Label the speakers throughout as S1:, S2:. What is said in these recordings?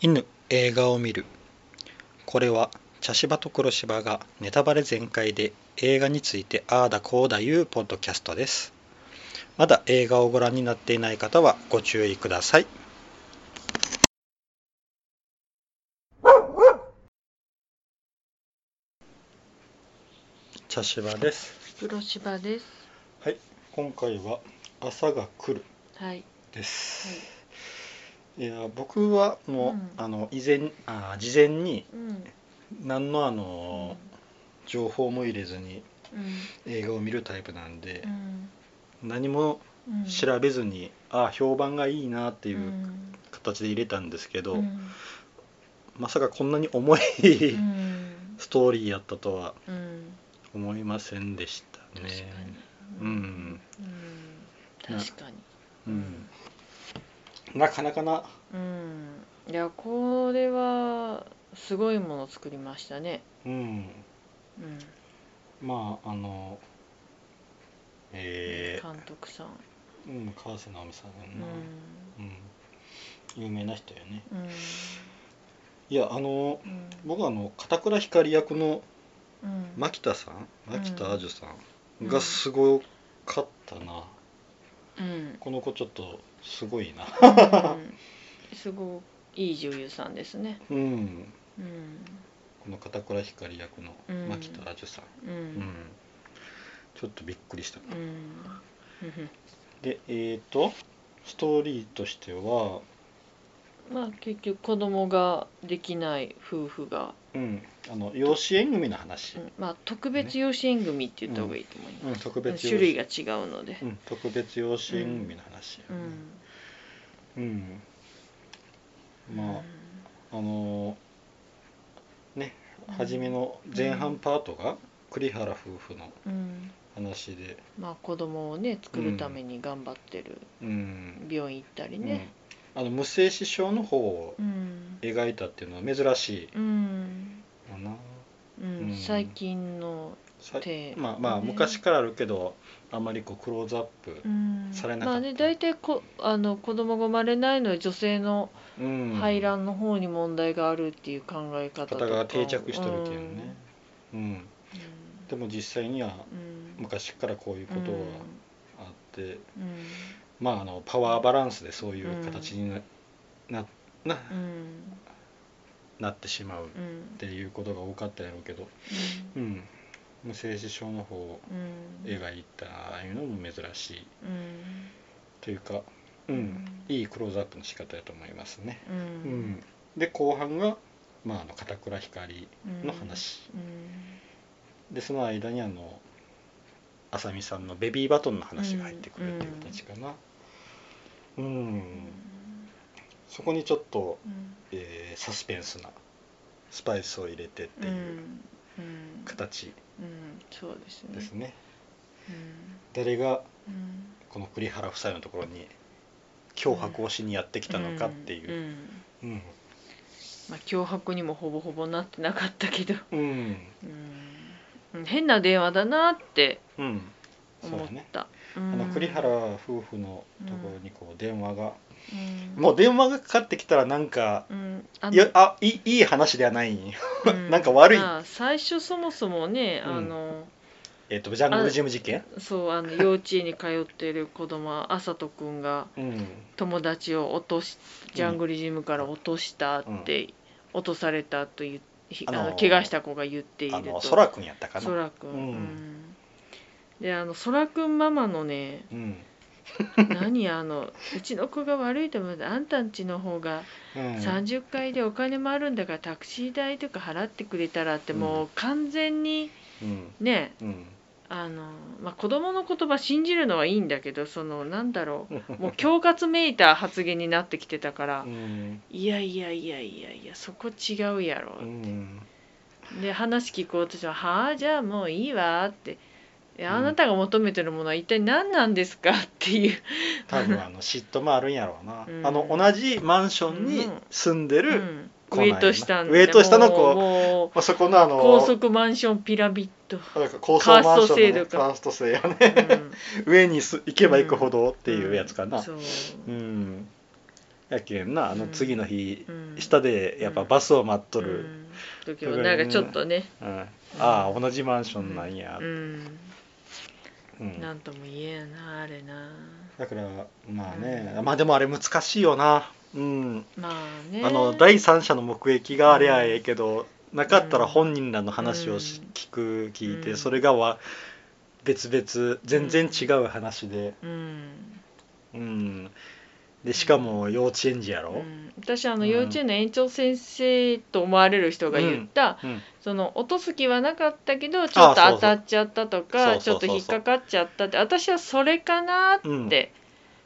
S1: 犬映画を見るこれは茶芝と黒芝がネタバレ全開で映画についてああだこうだいうポッドキャストですまだ映画をご覧になっていない方はご注意ください茶芝です
S2: 黒芝です。
S1: はい今回は朝が来る
S2: はい。
S1: です、い、や僕はもう、
S2: うん
S1: あの以前あ事前に
S2: うん。
S1: 何のあの情報も入れずに
S2: うん。
S1: 映画を見るタイプなんで
S2: う、ん。
S1: 何も
S2: うん。
S1: 調べずに、ああ評判がいいなってい
S2: べうん
S1: う。形で入れたんですけど、
S2: うん
S1: まさかこんなに重い、
S2: うん。
S1: ストーリーやったとは
S2: うん。
S1: 思いませんでした
S2: 確か
S1: ね。
S2: に。
S1: う。ん
S2: うん。確かに。
S1: うん、なかなかな、
S2: うん。いや、これは。すごいもの作りましたね。
S1: うん、
S2: うん。
S1: まああのえー
S2: 監督さん。
S1: うん、川瀬直美さんや
S2: うん
S1: な、うん有名な人やね
S2: ん。うん。
S1: いやあの
S2: うん。
S1: 僕はあの片倉ひかり役の
S2: うん。
S1: 牧田さん
S2: うん
S1: 牧田あじゅさ
S2: うんん
S1: がすごかったな、
S2: うん。
S1: この子ちょっとすごいな
S2: うんすごい。いい女優さんですね。
S1: うん
S2: うん。
S1: この片倉ひかり役の
S2: うん
S1: 牧田あじゅさん、
S2: う
S1: うん
S2: ん。
S1: ちょっとびっくりしたな
S2: うん。うん。
S1: でえっ、とストーリーとしては
S2: まあ結局子供ができない夫婦が、
S1: うんあの養子縁組の話、
S2: う
S1: うん
S2: んまあ、特別養子縁組って言った方がいいと思います、
S1: 特別養
S2: 種類が違うので、
S1: うん、特別養子縁組の話や
S2: う
S1: ね、
S2: ん
S1: うん、まああのーね
S2: うん
S1: 初めの前半パートが栗原夫婦の
S2: うん
S1: 話で、
S2: まあ、子供をね作るために頑張ってる、
S1: うん
S2: 病院行ったりね
S1: うんあの無精子症の方を
S2: うん
S1: 描いたっていうのは珍し
S2: うん、うん
S1: いかな、うん
S2: 最近の
S1: さ
S2: で
S1: まあまあ
S2: ね
S1: 昔からあるけどあまりこうクローズアップ
S2: うん
S1: されなかった
S2: まあね大体こあの子供が生まれないのは女性の
S1: うん
S2: 排卵の方に問題があるっていう考え方とか
S1: 方が定着してるけんね、うん
S2: うん
S1: でも実際には
S2: うん
S1: 昔からこういうことはあって、
S2: うん
S1: まああのパワーバランスでそういう形にな,、なな
S2: うん
S1: なってしまう
S2: う
S1: っ
S2: ん
S1: ていうことが多かったやろうけど、う
S2: う
S1: んん、無精子症の方を
S2: うん
S1: 描いたああいうのも珍しい
S2: うん
S1: というか、うん、いいクローズアップの仕方やと思いますね。
S2: う
S1: うんん、で後半が、まあ、あの片倉ひかり
S2: うん
S1: の話、
S2: うん
S1: でその間にあの浅見さんのベビーバトンの話が入ってくるっていう形かな。うん、そこにちょっと、
S2: うん
S1: えーサスペンスなスパイスを入れてって
S2: う
S1: いうん
S2: うん
S1: 形
S2: うんそうですね
S1: ですね。
S2: うん
S1: 誰が
S2: うん
S1: この栗原夫妻のところに脅迫をしにやってきたのかっていう、
S2: ん
S1: うん
S2: まあ脅迫にもほぼほぼなってなかったけど
S1: うん
S2: うん変な電話だなって
S1: うんそう
S2: 思
S1: だ
S2: っ
S1: ね、
S2: たあ
S1: あの栗原夫婦のところにこう電話が、も
S2: も
S1: う電話がかかってきたらなんか、
S2: うんあの
S1: いやあいいいい話ではない
S2: う
S1: なんか悪い
S2: まあ最初そもそもね
S1: うん
S2: あの、
S1: えっとジャングルジム事件
S2: そうあの幼稚園に通っている子供はあさとくんが
S1: うん
S2: 友達を落としジャングルジムから落としたって、落とされたというひ
S1: あ
S2: あ
S1: の
S2: の怪我した子が言っている
S1: あの
S2: と
S1: 空くんやったかな
S2: そらくん、
S1: うん
S2: うんであの空くんママの ね
S1: うん
S2: 何あのうちの子が悪いと思うあんたんちの方が
S1: うん
S2: 30階でお金もあるんだからタクシー代とか払ってくれたらってもう完全に
S1: うん
S2: ね
S1: うん
S2: あのまあ、子供の言葉信じるのはいいんだけどそのなん だろうもう恐喝めいた発言になってきてたから
S1: うん
S2: いやいやいやいやいやそこ違うやろ
S1: う、ん
S2: で話聞こうとしては「はあじゃあもういいわ」って「いや
S1: うん
S2: あなたが求めてるものは一体何なんですか?」っていう、
S1: 多分あ の嫉妬もあるんやろうな、
S2: うん
S1: あの同じマンションに住んで
S2: う
S1: る、
S2: ん、
S1: 来ない
S2: 上
S1: な
S2: と下
S1: 上と下の子
S2: もうも
S1: まあ、そこのあ
S2: う
S1: の
S2: 高速マンションピラミッ ド、
S1: なんか高層マンションのね
S2: カ
S1: カー
S2: ー
S1: スト制やね
S2: うん
S1: 上にす行けば行くほどっていうやつかな、
S2: そう、
S1: うんやけんなあの
S2: うん
S1: 次の日、
S2: うん
S1: 下でやっぱバスを待っとる、
S2: うん、時もなんかちょっとね、
S1: うんああ同じマンションなんや、
S2: うん、
S1: うん
S2: なんとも言えんなあれな
S1: だからまあね、まあでもあれ難しいよなうん
S2: まあね
S1: あの第三者の目撃がありゃええけど、なかったら本人らの話をし
S2: うん
S1: 聞く聞いて、
S2: うん
S1: それがわ別々全然違う話で、
S2: うん
S1: うん、でしかも幼稚園児やろ、
S2: うん私あ
S1: う
S2: の
S1: ん
S2: 幼稚園の園長先生と思われる人が言った、
S1: うん
S2: その落とす気はなかったけどちょっと
S1: そうそう
S2: 当たっちゃったとか
S1: そうそうそう
S2: ちょっと引っかかっちゃったって私はそれかなって、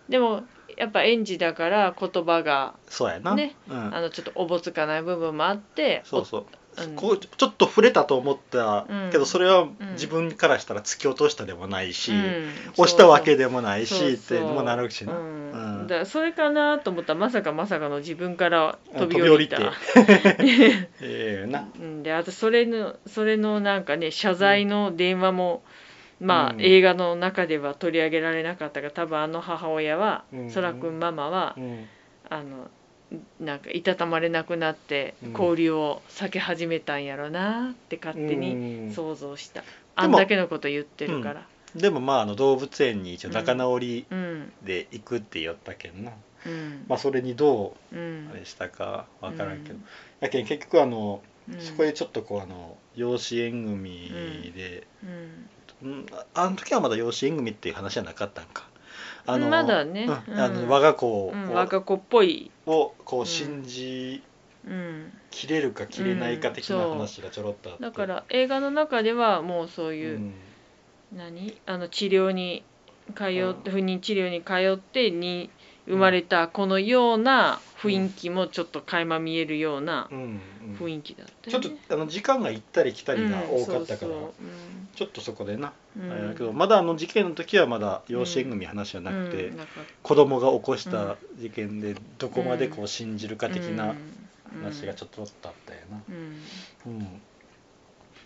S2: でもやっぱ園児だから言葉が
S1: そうやな、
S2: ね
S1: うん
S2: あ、のちょっとおぼつかない部分もあって
S1: そうそう、
S2: うん
S1: こうちょっと触れたと思った
S2: うん
S1: けど、それは
S2: ん
S1: 自分からしたら突き落としたでもないし、
S2: うん
S1: 押したわけ
S2: そう
S1: でもないし
S2: そう
S1: っていうのもなるし
S2: そう
S1: な、
S2: うん
S1: うん
S2: だからそれかなと思ったらまさかまさかの自分から飛び
S1: 飛び
S2: 降
S1: 降り
S2: りた
S1: て ええな
S2: うん、であとそれのそれのなんかね謝罪の電話も、まあ、
S1: うん
S2: 映画の中では取り上げられなかったが多分あの母親は
S1: うん
S2: そらくんママは、
S1: うん
S2: あのなんかいたたまれなくなって
S1: うん
S2: 交流を避け始めたんやろなって勝手に
S1: うん
S2: 想像した、
S1: で
S2: あん
S1: も
S2: だけのこと言ってるから
S1: でもまああの動物園に一応仲直り
S2: うん
S1: で行くって言ったけんな、
S2: うん
S1: まあそれにどう
S2: う
S1: んあれしたかわからんけど、
S2: うん
S1: やけん結局あの、
S2: うん
S1: そこでちょっとこうあの養子縁組で、
S2: うん
S1: うんああの時はまだ養子縁組っていう話じゃなかったんかあの
S2: まだね
S1: うん
S2: うん
S1: あの我が子を,、
S2: うん、我が子っぽい、
S1: をこ
S2: う
S1: うん信じ
S2: うん、
S1: きれるかきれないか的な
S2: うん
S1: 話がちょろっとあって、
S2: だから映画の中ではもうそう
S1: う
S2: いう、
S1: ん
S2: 何あの治療に通って不妊治療に通ってに
S1: うん
S2: 生まれたこのような雰囲気もちょっと垣間見えるような
S1: うんうん
S2: 雰囲気だった
S1: ちょ
S2: よ
S1: っ
S2: ね、
S1: とあの時間が行ったり来たりが多かったから、
S2: うんそう
S1: ちょっとそこでな
S2: そううん
S1: あれだけどまだあの事件の時はまだ養子縁組話じゃなくて、
S2: うんなかっ
S1: 子供が起こした事件でどこまでこう信じる
S2: た
S1: か的な
S2: うん
S1: 話がちょっとあったよな、
S2: うん
S1: うん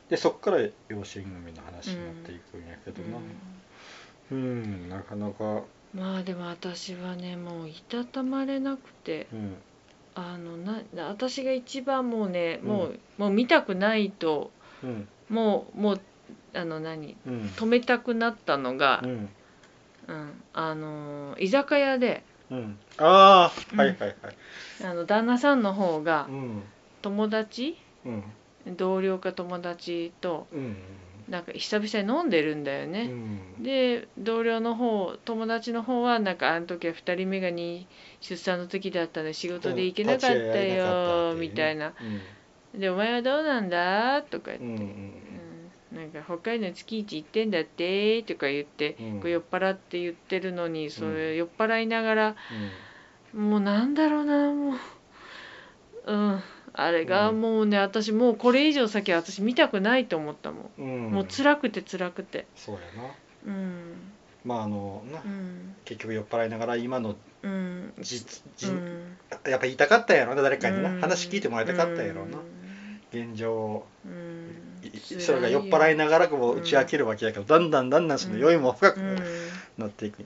S1: でそっから養子縁組の話になっていくんやけどなうん、なかなか
S2: うんまあでも私はねもういたたまれなくて
S1: うん
S2: あのな私が一番もうね
S1: うん
S2: もう,、もう見たくないと
S1: うん
S2: もうもうあの何
S1: うん
S2: 止めたくなったのが
S1: う、ん
S2: うんあのー居酒屋で
S1: うんあ
S2: う
S1: あ
S2: ん
S1: はいはいはい
S2: あの旦那さんの方が
S1: うん
S2: 友達
S1: うん
S2: 同僚か友達と
S1: うん
S2: なんか久々に飲んでるんだ
S1: う
S2: よね。
S1: ん
S2: で同僚の方友達の方はなんかあの時は2人目がに出産の時だったので仕事で行けなかった
S1: 立ち会えなかった
S2: よ
S1: っていうね
S2: みたいな
S1: うん
S2: 「でお前はどうなんだ?」とか言って
S1: うん
S2: うんなんか北海道に月一行ってんだってとか言って、
S1: うん
S2: こう酔っ払って言ってるのにそれ
S1: うん
S2: 酔っ払いながら、
S1: うん
S2: もうなんだろうなもううんあれが
S1: うん
S2: もうね、私もうこれ以上先は私見たくないと思ったも
S1: うん
S2: ん、
S1: うん
S2: もう辛くて辛くて
S1: そうやな
S2: うん
S1: まああのな
S2: うん
S1: 結局酔っ払いながら今の
S2: うん
S1: じじ、
S2: うん
S1: やっぱ言いたかったんやろな誰かにな、
S2: うん
S1: 話聞いてもらいたかったんやろな、現状を
S2: うん
S1: いそれが酔っ払いながらこう打ち明けるわけやから、だんだんだんだんその酔いも深く
S2: うん
S1: なっていく、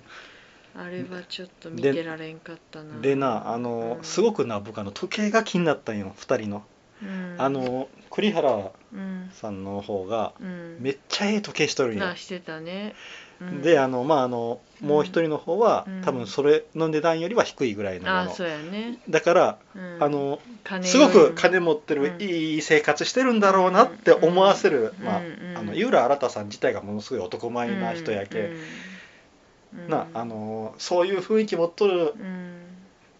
S2: あれはちょっと見
S1: で
S2: てられんかったな
S1: でなあの、
S2: うん
S1: すごくな僕あの時計が気になったんよ2人の、
S2: うん
S1: あの栗原
S2: うん
S1: さんの方が
S2: うん
S1: めっちゃええ時計しとるんよ
S2: あ、してたね。うん
S1: であのまああのもう一人の方は、
S2: うん
S1: 多分それの値段よりは低いぐらいのも
S2: あ
S1: の
S2: そうやね。
S1: だから、
S2: うん
S1: あの
S2: 金
S1: すごく金持ってる、
S2: うん
S1: いい生活してるんだろうなって思わせる、まああの井
S2: う
S1: 浦新さん自体がものすごい男
S2: な
S1: 前な人やけ、ん、なあ、
S2: うん
S1: のそういう雰囲気持っとる
S2: うん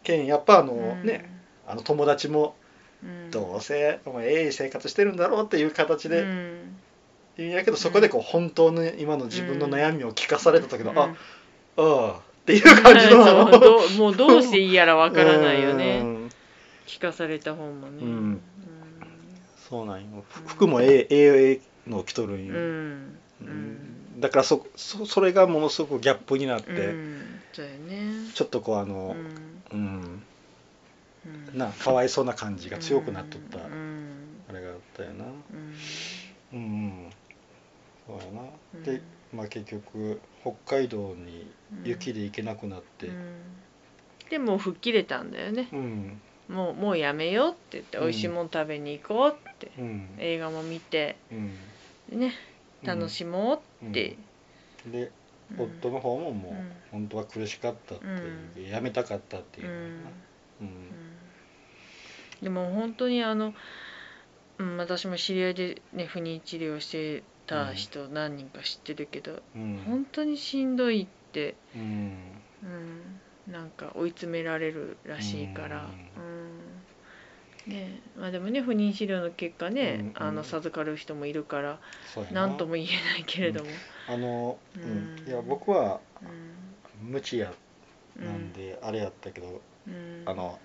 S1: けんやっぱあの、
S2: うん
S1: ねあの友達も
S2: うん
S1: どうせお前ええ生活してるんだろうっていう形
S2: う
S1: で
S2: ん
S1: 言うんやけどそこでこう本当の今の自分の悩みを聞かされた時の、あああっていう感じ の
S2: そうどうもうどうしていいやらわからないよ
S1: う
S2: ね
S1: ん
S2: 聞かされた方もね
S1: う
S2: うんん
S1: そうなんよふ
S2: うん
S1: 服もええええええのを着とるん
S2: う
S1: よ、う
S2: んうん
S1: んだからそそそれがものすごくギャップになって、
S2: うんそうやね
S1: ちょっとこうあ
S2: う
S1: の、うん
S2: んうん
S1: なかわいそうな感じが強くなっとった、
S2: うん
S1: あれがあったよな
S2: うん
S1: うんうんそうやな、
S2: うん
S1: で、まあ、結局北海道に雪で行けなくなって、
S2: うんでもう吹っ切れたんだよね
S1: うん
S2: もうもうやめようって言って
S1: うん
S2: 美味しいもん食べに行こうって、
S1: うん
S2: 映画も見て
S1: うん
S2: ね楽しもうって、
S1: うんで
S2: うん
S1: 夫の方ももう、
S2: うん
S1: 本当は苦しかったっていう、やめたかったっていうう、
S2: ん
S1: うん
S2: うんでも本当にあの、うん、私も知り合いでね不妊治療してた人何人か知ってるけど、
S1: うん
S2: 本当にしんどいって、
S1: うん
S2: うん、なんか追い詰められるらしいから、うんねまあ、でもね不妊治療の結果ね、
S1: うん
S2: あの授かる人もいるから
S1: そうやな
S2: 何とも言えないけれども。
S1: あの、う
S2: うん
S1: んいや僕は
S2: う
S1: 無知や
S2: ん
S1: なんで、あれやったけど
S2: うん
S1: あの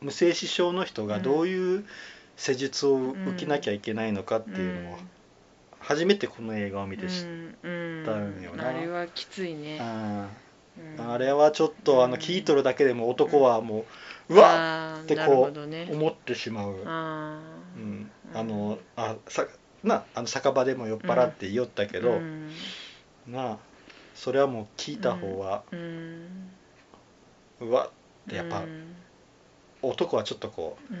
S1: 無精子症の人がどういう施術を受けなきゃいけないのかっていうのを、初めてこの映画を見て知っ
S2: った
S1: んよな
S2: あれはきついね
S1: た、、
S2: うん
S1: あれはちょっとあの
S2: うん
S1: 聞いとるだけでも男はもう、うわっ
S2: あー
S1: ってこう
S2: なるほどね
S1: 思ってしまう、
S2: あ
S1: う
S2: ー
S1: ん、
S2: うん
S1: あのあさなあの酒場でも酔っ払って言いよったけど、
S2: うん
S1: なあそれはもう聞いた方は、
S2: うん
S1: うわってやっぱ
S2: うん
S1: 男はちょっとこ
S2: う
S1: ううん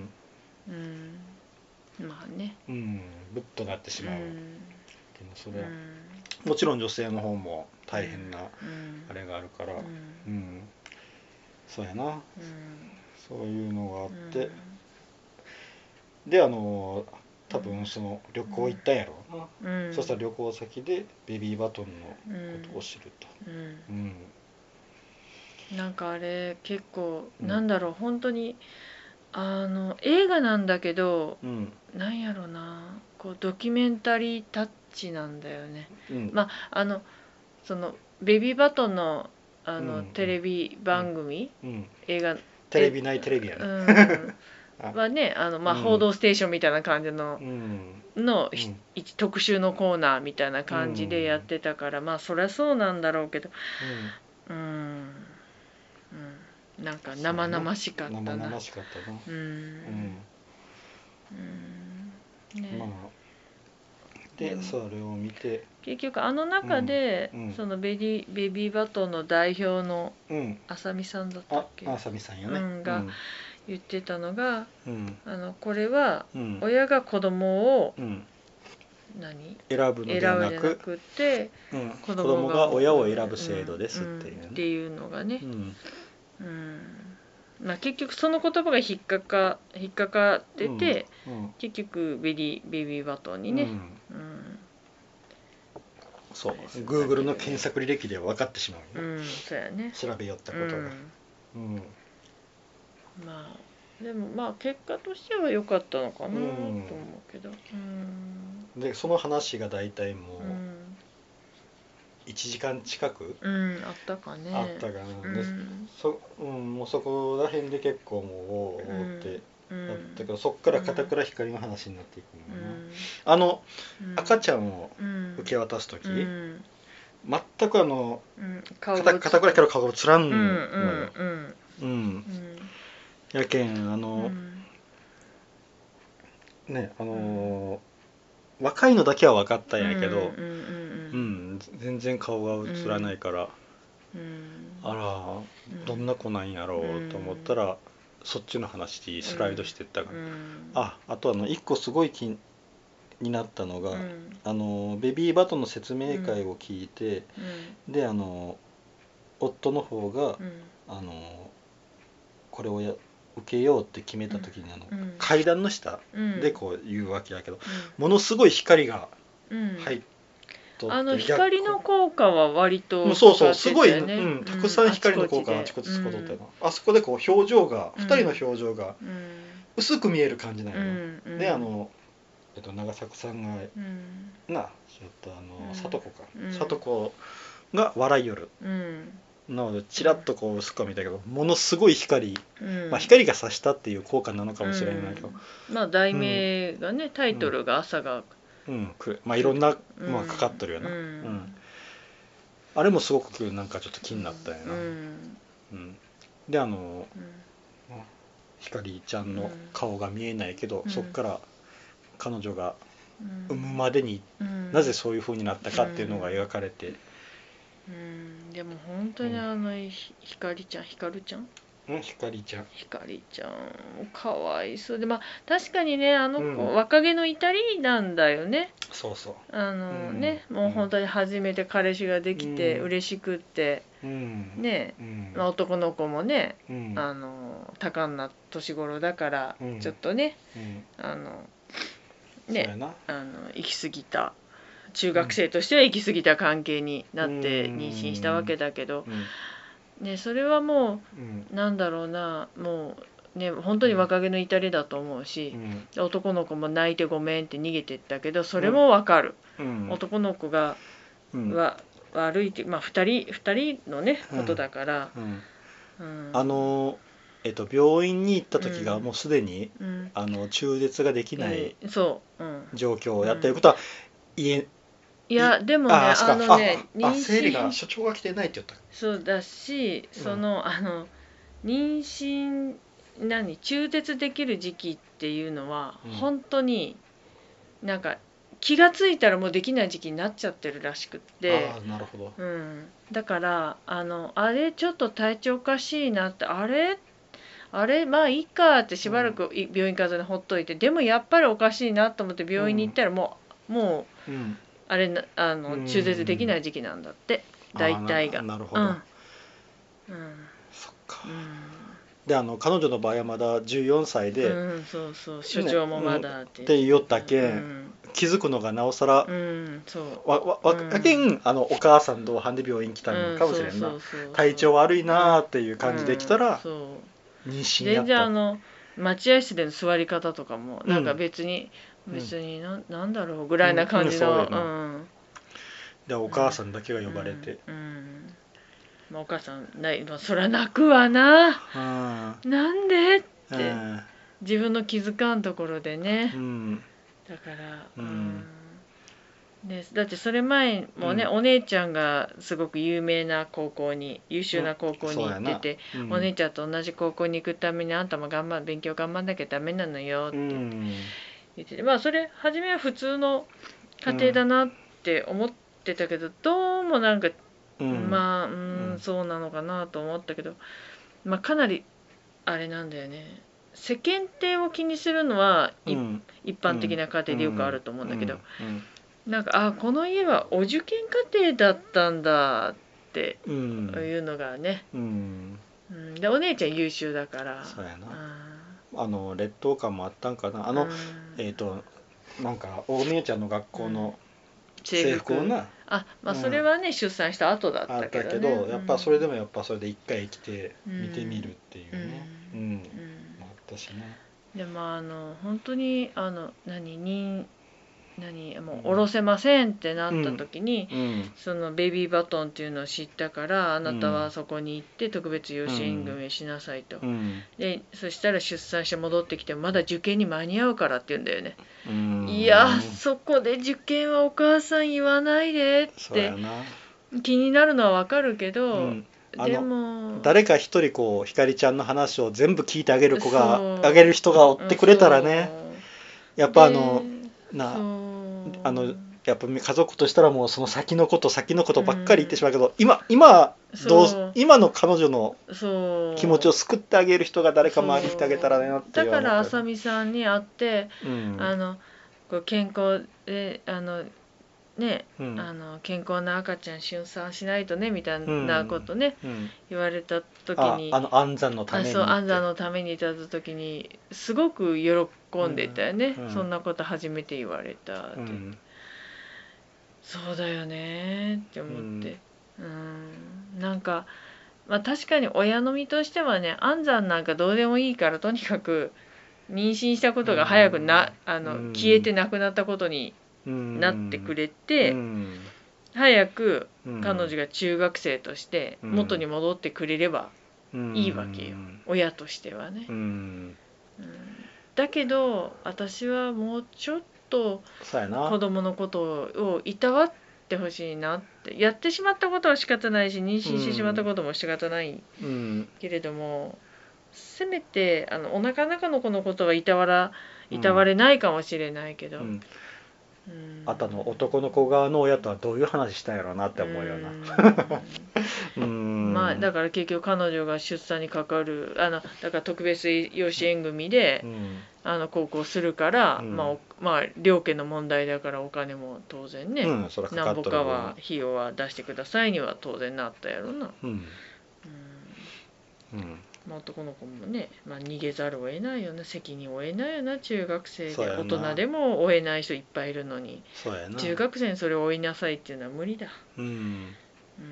S1: ん、
S2: うんまあね
S1: うん、ぶっとなってしまう、
S2: うん
S1: でもそ
S2: うん
S1: れはもちろん女性の方も大変な
S2: うん
S1: あれがあるから、
S2: う
S1: うんんそうやな
S2: うん
S1: そういうのがあって、
S2: うん
S1: であの多分その旅行行ったんやろうな、
S2: うん
S1: そしたら旅行先でベビーバトンの
S2: うん
S1: ことを知ると。
S2: うん
S1: うん
S2: なんかあれ結構、
S1: うん
S2: なんだろう本当にあの映画なんだけど
S1: うん
S2: なんやろなこうドキュメンタリータッチなんだよね
S1: うん
S2: まああのそのベビーバトンのあの、
S1: うん
S2: テレビ番組、
S1: うん、
S2: 映画、
S1: テレビないテレビや
S2: う
S1: ね。
S2: ん
S1: あ
S2: はねあの、まあ
S1: うん
S2: 報道ステーションみたいな感じの
S1: う,、ん
S2: の
S1: う
S2: ひ
S1: ん
S2: 一特集のコーナーみたいな感じでやってたから、まあそりゃそうなんだろうけどうーん、うん、なんか生々しか
S1: う
S2: っ
S1: ん、
S2: たな
S1: 生々しかったな。
S2: うーん
S1: う
S2: うんね
S1: ん、まあ
S2: う
S1: で
S2: ん
S1: それを見て、
S2: 結局あの中で、
S1: うんうん
S2: そのベビーベビーバトンの代表の
S1: うん、
S2: 浅見さんだった
S1: あ
S2: っけ
S1: あさみさんよね。
S2: うんが言ってたのが
S1: うん
S2: あのこれは
S1: うん
S2: 親が子供を
S1: うん、
S2: 何
S1: 選ぶの
S2: 選ぶん
S1: で
S2: じゃ
S1: は
S2: な
S1: なく
S2: くて
S1: うん、
S2: 子
S1: 子
S2: 供
S1: 供
S2: が
S1: が親を選ぶ制度ですっ
S2: ん
S1: ていう
S2: んっ
S1: ね。
S2: ていうのがね
S1: う、ん
S2: うんまあ、結局その言葉が引っかか引っかかってて、
S1: うん
S2: 結局ベリーベビーバトンにね、
S1: うん
S2: うん
S1: そう Google の検索履歴では分かってしまう
S2: う
S1: よ、
S2: ん、そうやね。
S1: 調べよったこ
S2: う
S1: とが。
S2: ん
S1: うん
S2: まあでもまあ結果としては良かったのかな
S1: う
S2: と
S1: ん
S2: 思うけどうん
S1: でその話が大体もう
S2: うん、
S1: 1時間近く
S2: うん、あったかね
S1: あったかな、
S2: うん
S1: でそうん、もうそこら辺で結構もうおーおーって
S2: うん
S1: なったけど、そっから片倉光の話になっていく
S2: う
S1: のよな、
S2: ん
S1: あの
S2: うん、
S1: 赤ちゃんを
S2: うん
S1: 受け渡す時、
S2: うん
S1: 全くあの
S2: うん、顔
S1: 片片倉光の顔がつら
S2: うんん
S1: の
S2: う
S1: よ、
S2: んうん
S1: うん
S2: うん
S1: やけんあ
S2: う
S1: の、
S2: ん
S1: ねあのー若いのだけは分かったんやけど、
S2: う
S1: う
S2: んうん
S1: ん
S2: うん
S1: 全然顔が映らないから、
S2: うん
S1: あら
S2: うん
S1: どんな子なんやろうと思ったら、そっちの話にスライドしてったから、
S2: うん
S1: ああとあの1個すごい気になったのが、
S2: うん
S1: あのベビーバトンの説明会を聞いて、
S2: うん
S1: であの夫の方が、
S2: うん
S1: あのこれをや受けようって決めた時にあの、
S2: うん
S1: 階段の下
S2: うん
S1: でこう言うわけやけど、ものすごい光が
S2: うん
S1: 入っとって
S2: あの
S1: 逆
S2: 光の効果は割と、
S1: うんそうそうすごい、うん、たくさん光の効果があちこち使うとったよな、あそこでこう表情が
S2: うん
S1: 2人の表情が薄く見える感じなんやな、であ、の、えっと、長作さんが
S2: うん
S1: なちょっとあの、
S2: うん
S1: 里子か、
S2: うん
S1: 里子が笑いよる
S2: うん
S1: なのでちらっとこう薄くは見たけどものすごい光、
S2: うん
S1: まあ、光が差したっていう効果なのかもしれないけど、
S2: うんまあ題名がね、タイトルが朝が、
S1: うんくるまあ、いろんな
S2: うん
S1: のがかかっとるよな、
S2: うん
S1: あれもすごくなんかちょっと気になったよな、
S2: う
S1: うん
S2: ん
S1: であの
S2: うん
S1: 光ちゃんの顔が見えないけど、
S2: うん
S1: そっから彼女が
S2: うん
S1: 産むまでに
S2: うん
S1: なぜそういう風になったかっていうのが描かれて、
S2: うんでも本当にあのひひかりちゃんひかるちゃん
S1: うんひかりちゃん
S2: ひかりちゃんもかわいそうでまあ確かにねあの子、
S1: うん
S2: 若気の至りなんだよね
S1: そうそ
S2: あの
S1: うん
S2: ね、もう本当に初めて彼氏ができて
S1: うん
S2: 嬉しくって
S1: ううん
S2: ね、
S1: うん
S2: まあ、男の子もね
S1: うん
S2: あの多感な年頃だから、
S1: うん
S2: ちょっとね
S1: うん
S2: あの
S1: そうや
S2: ね
S1: な
S2: あの行き過ぎた中学生としては行き過ぎた関係になって
S1: うん
S2: 妊娠したわけだけど、
S1: うん
S2: ね、それはも
S1: うん
S2: うなんだろうなもうね本当に若気の至りだと思うし
S1: う、ん
S2: 男の子も泣いてごめんって逃げてったけどそれもわかる、
S1: うん
S2: 男の子が
S1: うん
S2: は、悪いってまあ2人二人のね
S1: うん
S2: ことだから、
S1: うん
S2: うん
S1: あのえっと病院に行った時が
S2: うん
S1: もうすでに
S2: うん
S1: あの中絶ができない
S2: うんそう、うん、
S1: 状況やってることは言え
S2: いやでもね
S1: あ
S2: あ
S1: あそうか
S2: のね
S1: ああ生理
S2: 妊
S1: が
S2: 娠
S1: 所長が来てないって言った
S2: そうだし
S1: うん
S2: その、あの妊娠何中絶できる時期っていうのは、
S1: うん
S2: 本当になんか気がついたらもうできない時期になっちゃってるらしくって。
S1: ああなるほど
S2: うん、だからあのあれちょっと体調おかしいなってあれあれまあいいかってしばらくい病院行かずにほっといて、でもやっぱりおかしいなと思って病院に行ったらもう、もう
S1: うん
S2: あれなあ
S1: うん
S2: の中絶できない時期なんだって、大体が
S1: あーななるほ
S2: う
S1: ど
S2: んうん
S1: そっか
S2: う
S1: であの彼女の場合はまだ14歳で、
S2: ん、うん、そうそう所長もまだって
S1: って言おったけ
S2: うんん、
S1: 気づくのがなおさら、
S2: うん、そう
S1: わわわ
S2: うん
S1: やけんあのお母さん同伴で病院来た
S2: う
S1: の
S2: ん
S1: かもしれんな、
S2: そうそうそう
S1: 体調悪いなーっていう感じできた
S2: うん
S1: ら、
S2: そう
S1: 妊娠や
S2: 全
S1: っ
S2: 然
S1: た
S2: あの待合室での座り方とかも
S1: うん
S2: なんか別
S1: う
S2: に、
S1: ん
S2: 別にななんだろうぐらいな感じの、
S1: うん
S2: う
S1: うんそうんでお母さんだけが呼ばれて、
S2: うんうんまあ、お母さんない、まあ、そりゃ泣くわな
S1: うん
S2: なんで
S1: う
S2: で
S1: ん
S2: 自分の気づかんところでね
S1: うん
S2: だから、
S1: うん
S2: ね、だってそれ前もね、
S1: うん
S2: お姉ちゃんがすごく有名な高校に優秀な高校に行ってて、
S1: うん
S2: お姉ちゃんと同じ高校に行くためにあんたも頑張ん勉強頑張んなきゃダメなのよって
S1: う
S2: 言って
S1: ん
S2: 言っててまあそれ初めは普通の家庭だなって思ってたけど、どうもなんか、
S1: うん
S2: まあうー
S1: うん
S2: んそうなのかなと思ったけど、まあ、かなりあれなんだよね世間体を気にするのは、い
S1: うん
S2: 一般的な家庭でよくあると思うんだけど、
S1: うん
S2: なんかあこの家はお受験家庭だったんだって
S1: うん
S2: いうのがね、
S1: うん
S2: うん、でお姉ちゃん優秀だから。
S1: そうやな
S2: あ
S1: あの劣等感もあったんかなあ
S2: ー
S1: の、
S2: うん
S1: えっ、となんかお姉ちゃんの学校の制
S2: 制
S1: 服を
S2: 服
S1: な、
S2: あまあ
S1: うん
S2: それはね、出産した後だっ
S1: あ
S2: た
S1: っ
S2: け
S1: た
S2: ど、ね、
S1: けど、やっぱそれで
S2: も、
S1: もやっぱそれで一回来て見てみるっていうねう、
S2: うんうん
S1: あったしね
S2: でもあの本当にあの何に何も
S1: うん
S2: う下ろせませんってなった時に、
S1: うん
S2: そのベビーバトンっていうのを知ったからあなた
S1: うん
S2: はそこに行って特別養子縁組をしなさいと、
S1: うん、
S2: でそしたら出産して戻ってきてもまだ受験に間に合うからって言うんだよね、
S1: うん、
S2: いやそこで受験はお母さん言わないでっ
S1: そうや
S2: て
S1: な、
S2: 気になるのはわかるけ
S1: う
S2: ど、
S1: ん、あの
S2: でも
S1: 誰か一人こうひかりちゃんの話を全部聞いてあげる子
S2: そう
S1: があげる人がおってくれたらね、やっぱあのなあ
S2: あ
S1: のやっぱ家族としたらもうその先のこと先のことばっかり言ってしまうけど、今今ど
S2: そうう
S1: 今の彼女の
S2: そう
S1: 気持ちを救ってあげる人が誰か周りに来てあげたらなってい
S2: だ
S1: う
S2: からあさ
S1: み、
S2: みさんに会って、
S1: うん
S2: あのこう健康であのね、
S1: うん
S2: あの健康な赤ちゃん出産しないとねみたい
S1: うん
S2: なことね、
S1: うん、
S2: 言われた時
S1: あ
S2: に
S1: あの安産のため
S2: あ
S1: に
S2: そう安
S1: の
S2: 産のためにいた時にすごく喜んでたよね、
S1: うんうん
S2: そんなこと初めて言われたっ
S1: う
S2: て、
S1: ん
S2: そうだよねって思ってうんなんかまあ確かに親の身としてはね安産なんかどうでもいいからとにかく妊娠したことが早くな、あの、
S1: うん
S2: 消えてなくなったことに
S1: うん
S2: なってくれて、
S1: うん
S2: 早く
S1: うん
S2: 彼女が中学生として
S1: うん
S2: 元に戻ってくれればいいわけよ親としてはね
S1: う、ん
S2: うんだけど私はもうちょっと
S1: そうや
S2: 子
S1: な
S2: 供のことをいたわってほしいなってやってしまったことは仕方ないし妊娠してしまったことも仕方ない
S1: うん
S2: けれども、せめてあのお腹の中の子のことはいたわら
S1: うん
S2: いたわれないかもしれないけど、
S1: うん
S2: うん
S1: あとの男の子側の親とはどういう話したんやろうなって思うような うーん
S2: まあだから結局彼女が出産にかかるあのだから特別養子縁組で、
S1: うん
S2: あの高校するから、
S1: うん
S2: まあおまあ両家の問題だからお金も当然ね、
S1: うんそらかか
S2: なん
S1: っとる
S2: ぼか
S1: わ
S2: は費用は出してくださいには当然なったやろな、
S1: うん
S2: うん
S1: うん
S2: まあ、男の子もね、まあ、逃げざるを得ないよな責任を負えないよな中学生
S1: そう
S2: で
S1: やな
S2: 大人でも負えない人いっぱいいるのに
S1: そうやな
S2: 中学生にそれを負いなさいっていうのは無理だ
S1: うん
S2: う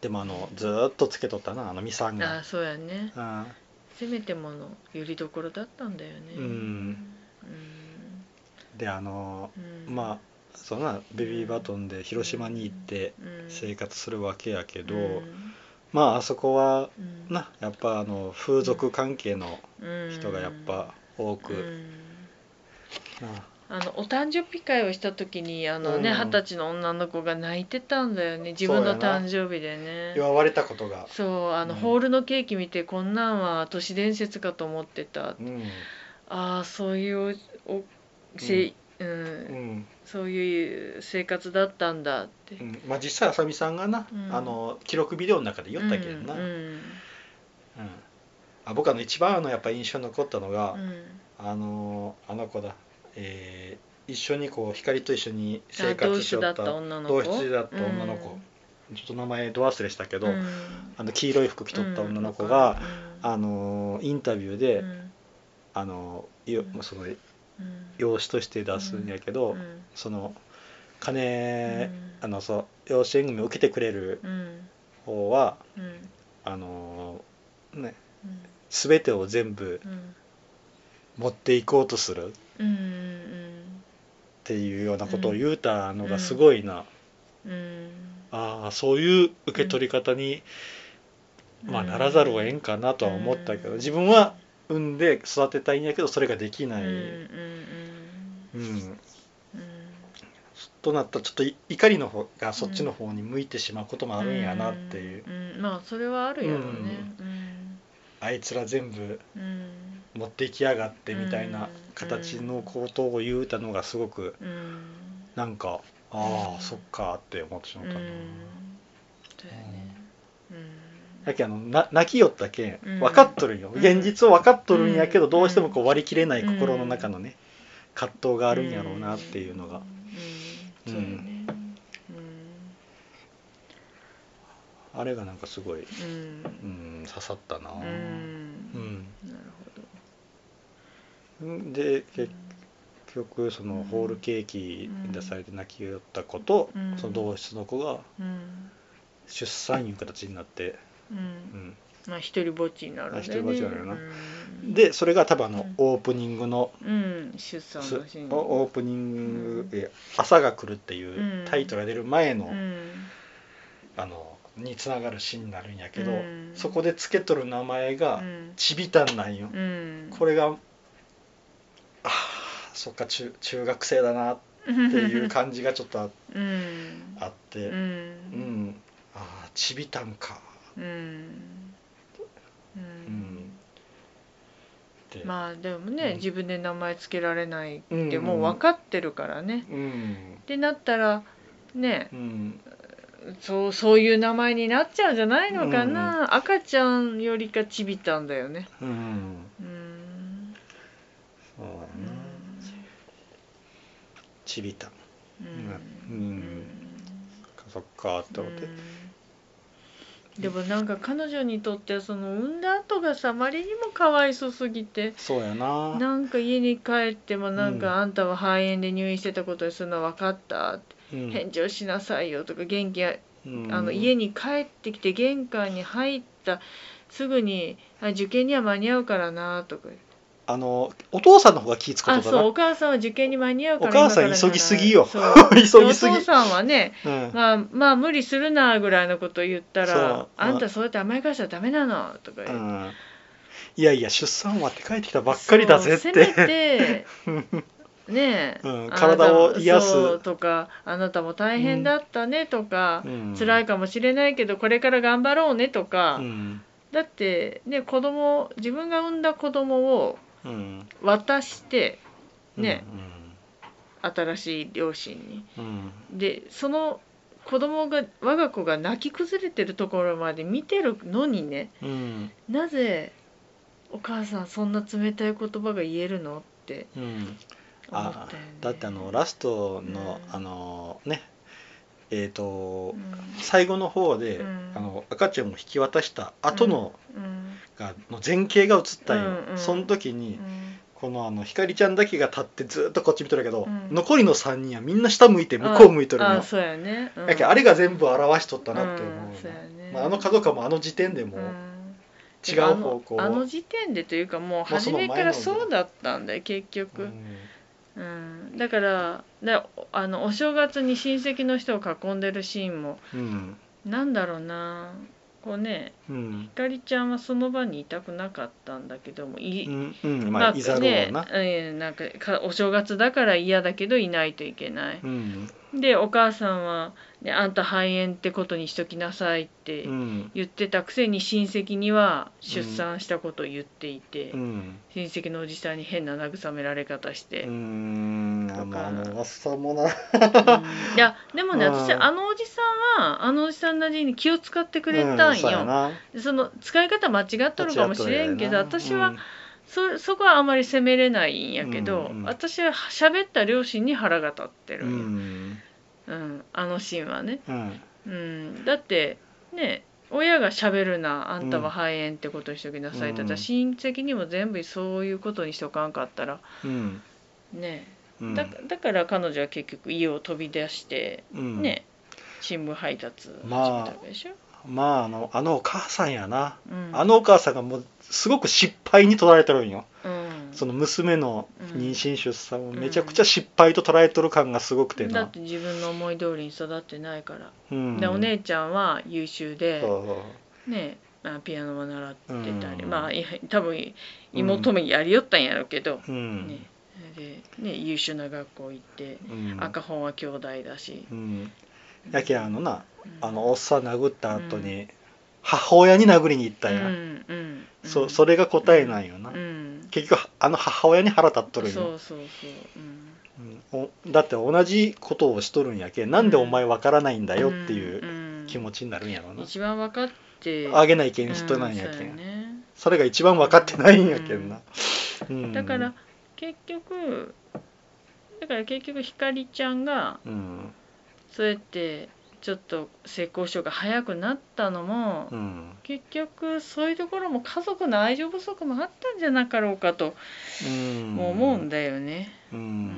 S1: でもあのずーっとつけとったなあのミサン
S2: んああ
S1: が
S2: そうやね
S1: あ
S2: せめてものよりどころだったんだよね
S1: うんであの
S2: うん
S1: まあそんなベビーバトンで広島に行って
S2: うん
S1: 生活するわけやけど、
S2: うん
S1: まああそこは
S2: うん
S1: なやっぱあの風俗関係の
S2: うん
S1: 人がやっぱ多く、
S2: うん
S1: あ
S2: あのお誕生日会をした時にあのね
S1: うん
S2: 二十歳の女の子が泣いてたんだよね自分の誕生日でね
S1: 祝われたことが、
S2: そうあの、
S1: うん
S2: ホールのケーキ見てこんなんは都市伝説かと思ってた
S1: うん
S2: ああそういうおせ、うん
S1: うん
S2: そういう生活だったんだって
S1: うんまあ、実際あさみさんがな、
S2: うん
S1: あの記録ビデオの中で言ったけどな、
S2: うん
S1: うん
S2: うん
S1: あ僕あの一番あのやっぱ印象に残ったのが、
S2: うん
S1: あのあの子だ、えー一緒にこう光と一緒に生
S2: あ同
S1: 活し
S2: 種
S1: よ
S2: だ
S1: っ
S2: ったた女の子
S1: 同室だった女の子、ちょっと名前ど忘れしたけど、
S2: うんうん
S1: あの黄色い服着とった女の子が、
S2: うん
S1: あのインタビューで、
S2: うん
S1: あのよ
S2: うん
S1: その
S2: うん
S1: 養子として出すんやけど、
S2: うん
S1: その金、
S2: うん
S1: あのそう養子縁組を受けてくれる
S2: うん
S1: 方は
S2: うん
S1: あのね
S2: うん
S1: 全てを全部
S2: うん
S1: 持っていこうとするっ
S2: うんうん
S1: ていうようなことを言うたのがすごいな、
S2: うん
S1: ああそういう受け取り方に、まあ、ならざるを得んかなとは思ったけど、自分は産んで育てたいんやけどそれができ
S2: う
S1: なんい、
S2: う
S1: うん
S2: うん
S1: ん
S2: うん
S1: となったらちょっとい怒りの方がそっちの方に向いてしまうこともあるんやなっていう、
S2: うんまあそれはあるやろねうん
S1: あいつら全部
S2: うん
S1: 持っていきやがってみたいな形のことを言うたのがすごく
S2: うん
S1: なんかああそっかって思ってしまったな。
S2: そうやねうん
S1: だけどあのな泣きよったけ
S2: うん
S1: ん分かっとるんよ、
S2: うん
S1: 現実を分かっとるんやけど、
S2: うん
S1: どうしてもこう割り切れない心の中のね葛藤があるんやろうなっていうのが、
S2: うんそうやね
S1: あれがなんかすごい、
S2: うんう
S1: う
S2: ん
S1: ん、刺さったな、
S2: うんなる
S1: うんで
S2: ほど
S1: 結局そのホールケーキ出されて泣きよった子と、
S2: うん
S1: その同室の子が
S2: うん
S1: 出産いう形になって、う
S2: う
S1: んん、
S2: まあ一人ぼっちになるんだよね
S1: 一人ぼっちになるよな
S2: うん
S1: でそれが多分あ
S2: う
S1: の
S2: ん
S1: オープニングの
S2: うん出産
S1: す
S2: のシーン
S1: おオープニング「え朝が来る」っていうタイトルが出る前の、
S2: うん
S1: あのにつながるシーンになるんやけど、
S2: うん
S1: そこで付けとる名前
S2: う
S1: が
S2: ん
S1: ちびたんなんよ、
S2: うん
S1: これがああそっか中中学生だなっていう感じがちょっとあ
S2: うん
S1: あって
S2: う
S1: うん、
S2: ん
S1: ああちびたんか
S2: うんう
S1: うんんって、
S2: まあでも
S1: う
S2: ね
S1: ん
S2: 自分で名前つけられないって
S1: うん
S2: もう分かってるからね
S1: うん
S2: ってなったらね
S1: うん
S2: そうそういう名前になっちゃうんじゃないのかな、赤ちゃんよりかちびたんだよね
S1: うん
S2: うーん
S1: そうだな
S2: うん
S1: ちびたん
S2: うん
S1: うんかそっかって思って、
S2: うんでもなんか彼女にとってはその産んだ後がさあまりにもかわいそうすぎて
S1: そうやな
S2: なんか家に帰ってもなん
S1: うん
S2: かあんたは肺炎で入院してたことにするの分かったって、
S1: うん
S2: 返事をしなさいよとか元気あ
S1: うん
S2: あの家に帰ってきて玄関に入ったすぐにあ受験には間に合うからなとか
S1: あのお父さんの方が気ぃ使う
S2: あ
S1: と
S2: そ
S1: だ
S2: う
S1: な
S2: お母さんは受験に間に合うから
S1: お母さん
S2: 今から
S1: 急ぎすぎよ
S2: そう
S1: 急ぎすぎ
S2: お父さんはね
S1: うん
S2: まあまあ無理するなぐらいのことを言った
S1: そう
S2: ら「あんたそうやって甘やかしちゃダメなの」とか
S1: う
S2: 言って
S1: んいやいや出産終わって帰ってきたばっかりだぜっ
S2: そう
S1: て
S2: せめてね え、
S1: うん
S2: あなた
S1: 体を癒す
S2: そうとか「あなたも大変だったね」とか、
S1: うん
S2: 辛いかもしれないけどこれから頑張ろうね」とか、
S1: うん
S2: だってね子供自分が産んだ子供を
S1: うん
S2: 渡してね、
S1: うん
S2: 新しい両親に
S1: うん
S2: でその子供が我が子が泣き崩れてるところまで見てるのにね
S1: うん
S2: なぜお母さんそんな冷たい言葉が言えるのって
S1: うん
S2: 思った
S1: あ
S2: よね
S1: だってあのラストの、
S2: うん
S1: あのねえっ、と、
S2: う
S1: 最後の方で、
S2: うん
S1: あの赤ちゃんを引き渡した後の、
S2: んうん
S1: がの前景が映ったんよ、
S2: うんうん
S1: その時に、
S2: うん
S1: このあのひかりちゃんだけが立ってずっとこっち見とるけど、
S2: うん
S1: 残りの3人はみんな下向いて向こう向いとるの
S2: あ
S1: よ
S2: あそうやね、うん
S1: だけどあれが全部表しとったなって思うよ
S2: んそうやね
S1: まあ、あの角川もあの時点でもう
S2: うん
S1: 違う方向を、
S2: あのあの時点でというかもう
S1: まあそ
S2: 初
S1: の
S2: め
S1: 前の
S2: からそうだったんだよ結局、うんだからだあのお正月に親戚の人を囲んでるシーンも
S1: うん
S2: なんだろうなこうね
S1: うん
S2: ひかりちゃんはその場にいたくなかったんだけどもい、
S1: うんうんまあいざろうな、
S2: ねうん、なんかかお正月だから嫌だけどいないといけない、
S1: うん
S2: でお母さんは、ね「あんた肺炎ってことにしときなさい」って
S1: うん
S2: 言ってたくせに親戚には出産したことを言っていて、
S1: うん
S2: 親戚のおじさんに変な慰められ方して、
S1: う
S2: うん
S1: ん
S2: とか
S1: まああのおっさんもない
S2: やでもね
S1: うん
S2: 私あのおじさんはあのおじさんなりに気を使ってくれた
S1: うんそうや
S2: よ、
S1: な
S2: その使い方間違っとるかもしれんけど
S1: 立ち
S2: 私
S1: 会
S2: は、
S1: っとるやな
S2: そそこはあまり責めれないんやけど、
S1: うんうん
S2: 私は喋った両親に腹が立ってる
S1: うんん
S2: よ、うんあのシーンはね、
S1: うんうん
S2: うん、だってね親が喋るなあんたは肺炎ってことにしときなさいって、
S1: うん
S2: 親戚にも全部そういうことにしとかんかったら
S1: うん
S2: ね
S1: うん
S2: だだから彼女は結局家を飛び出して、
S1: うん
S2: ね新聞配達を始めた
S1: まあ
S2: わけでしょ、
S1: まああのあのお母さんやな、
S2: うん
S1: あのお母さんがもうすごく失敗に捉えてるんよ
S2: うん、
S1: その娘の
S2: うん
S1: 妊娠出産をめちゃくちゃ失敗と捉えとる感がすごくて
S2: だ
S1: な
S2: っ、て自分の思い通りに育ってないから、
S1: うん、
S2: でお姉ちゃんは優秀で、
S1: そうそう
S2: ねまあ、ピアノも習ってたり、
S1: うん
S2: まあいや多分妹もやりよったんやろうけど、
S1: うん、
S2: ねでね優秀な学校行って、
S1: うん
S2: 赤本は兄弟だし、
S1: うんやけんあのな
S2: うん
S1: あのおっさん殴った後に母親に殴りに行ったんや、
S2: うんうんうん、
S1: そそれが答えなんよな、
S2: うん、
S1: 結局あの母親に腹立っとるんよ
S2: そうそうそう、うん、
S1: うんおだって同じことをしとるんやけんなんでお前わからないんだよっていう
S2: う
S1: 気持ちになるんやろうな、
S2: 一番分かって
S1: あげないけん人なんや
S2: う
S1: け
S2: そうや
S1: ん、
S2: ね
S1: それが一番分かってないんやけんな、うん
S2: だから結局だから結局ひかりちゃんが
S1: うん
S2: そうやってちょっと性交渉が早くなったのも、
S1: うん
S2: 結局そういうところも家族の愛情不足もあったんじゃなかろうかと
S1: うん
S2: も思うんだよね、
S1: うん、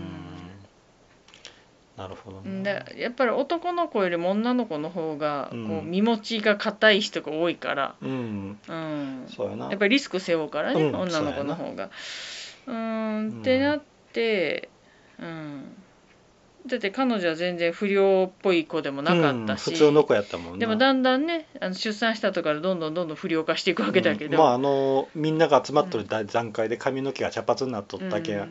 S1: なるほど
S2: うん
S1: ね
S2: だやっぱり男の子よりも女の子の方がこう、
S1: うん
S2: 身持ちが硬い人が多いから、
S1: うん
S2: うん、
S1: そうやな
S2: やっぱりリスク背負うからね、
S1: うん
S2: 女の子の方が。うーんってなって、うん、だって彼女は全然不良っぽい子でもなかったし、
S1: うん、普通の子やったもんな
S2: でもだんだんねあの出産したとからどんどんどんどん不良化していくわけだけど、
S1: うんまああのみんなが集まっとる段階で髪の毛が茶髪になっとったけ、ん、あ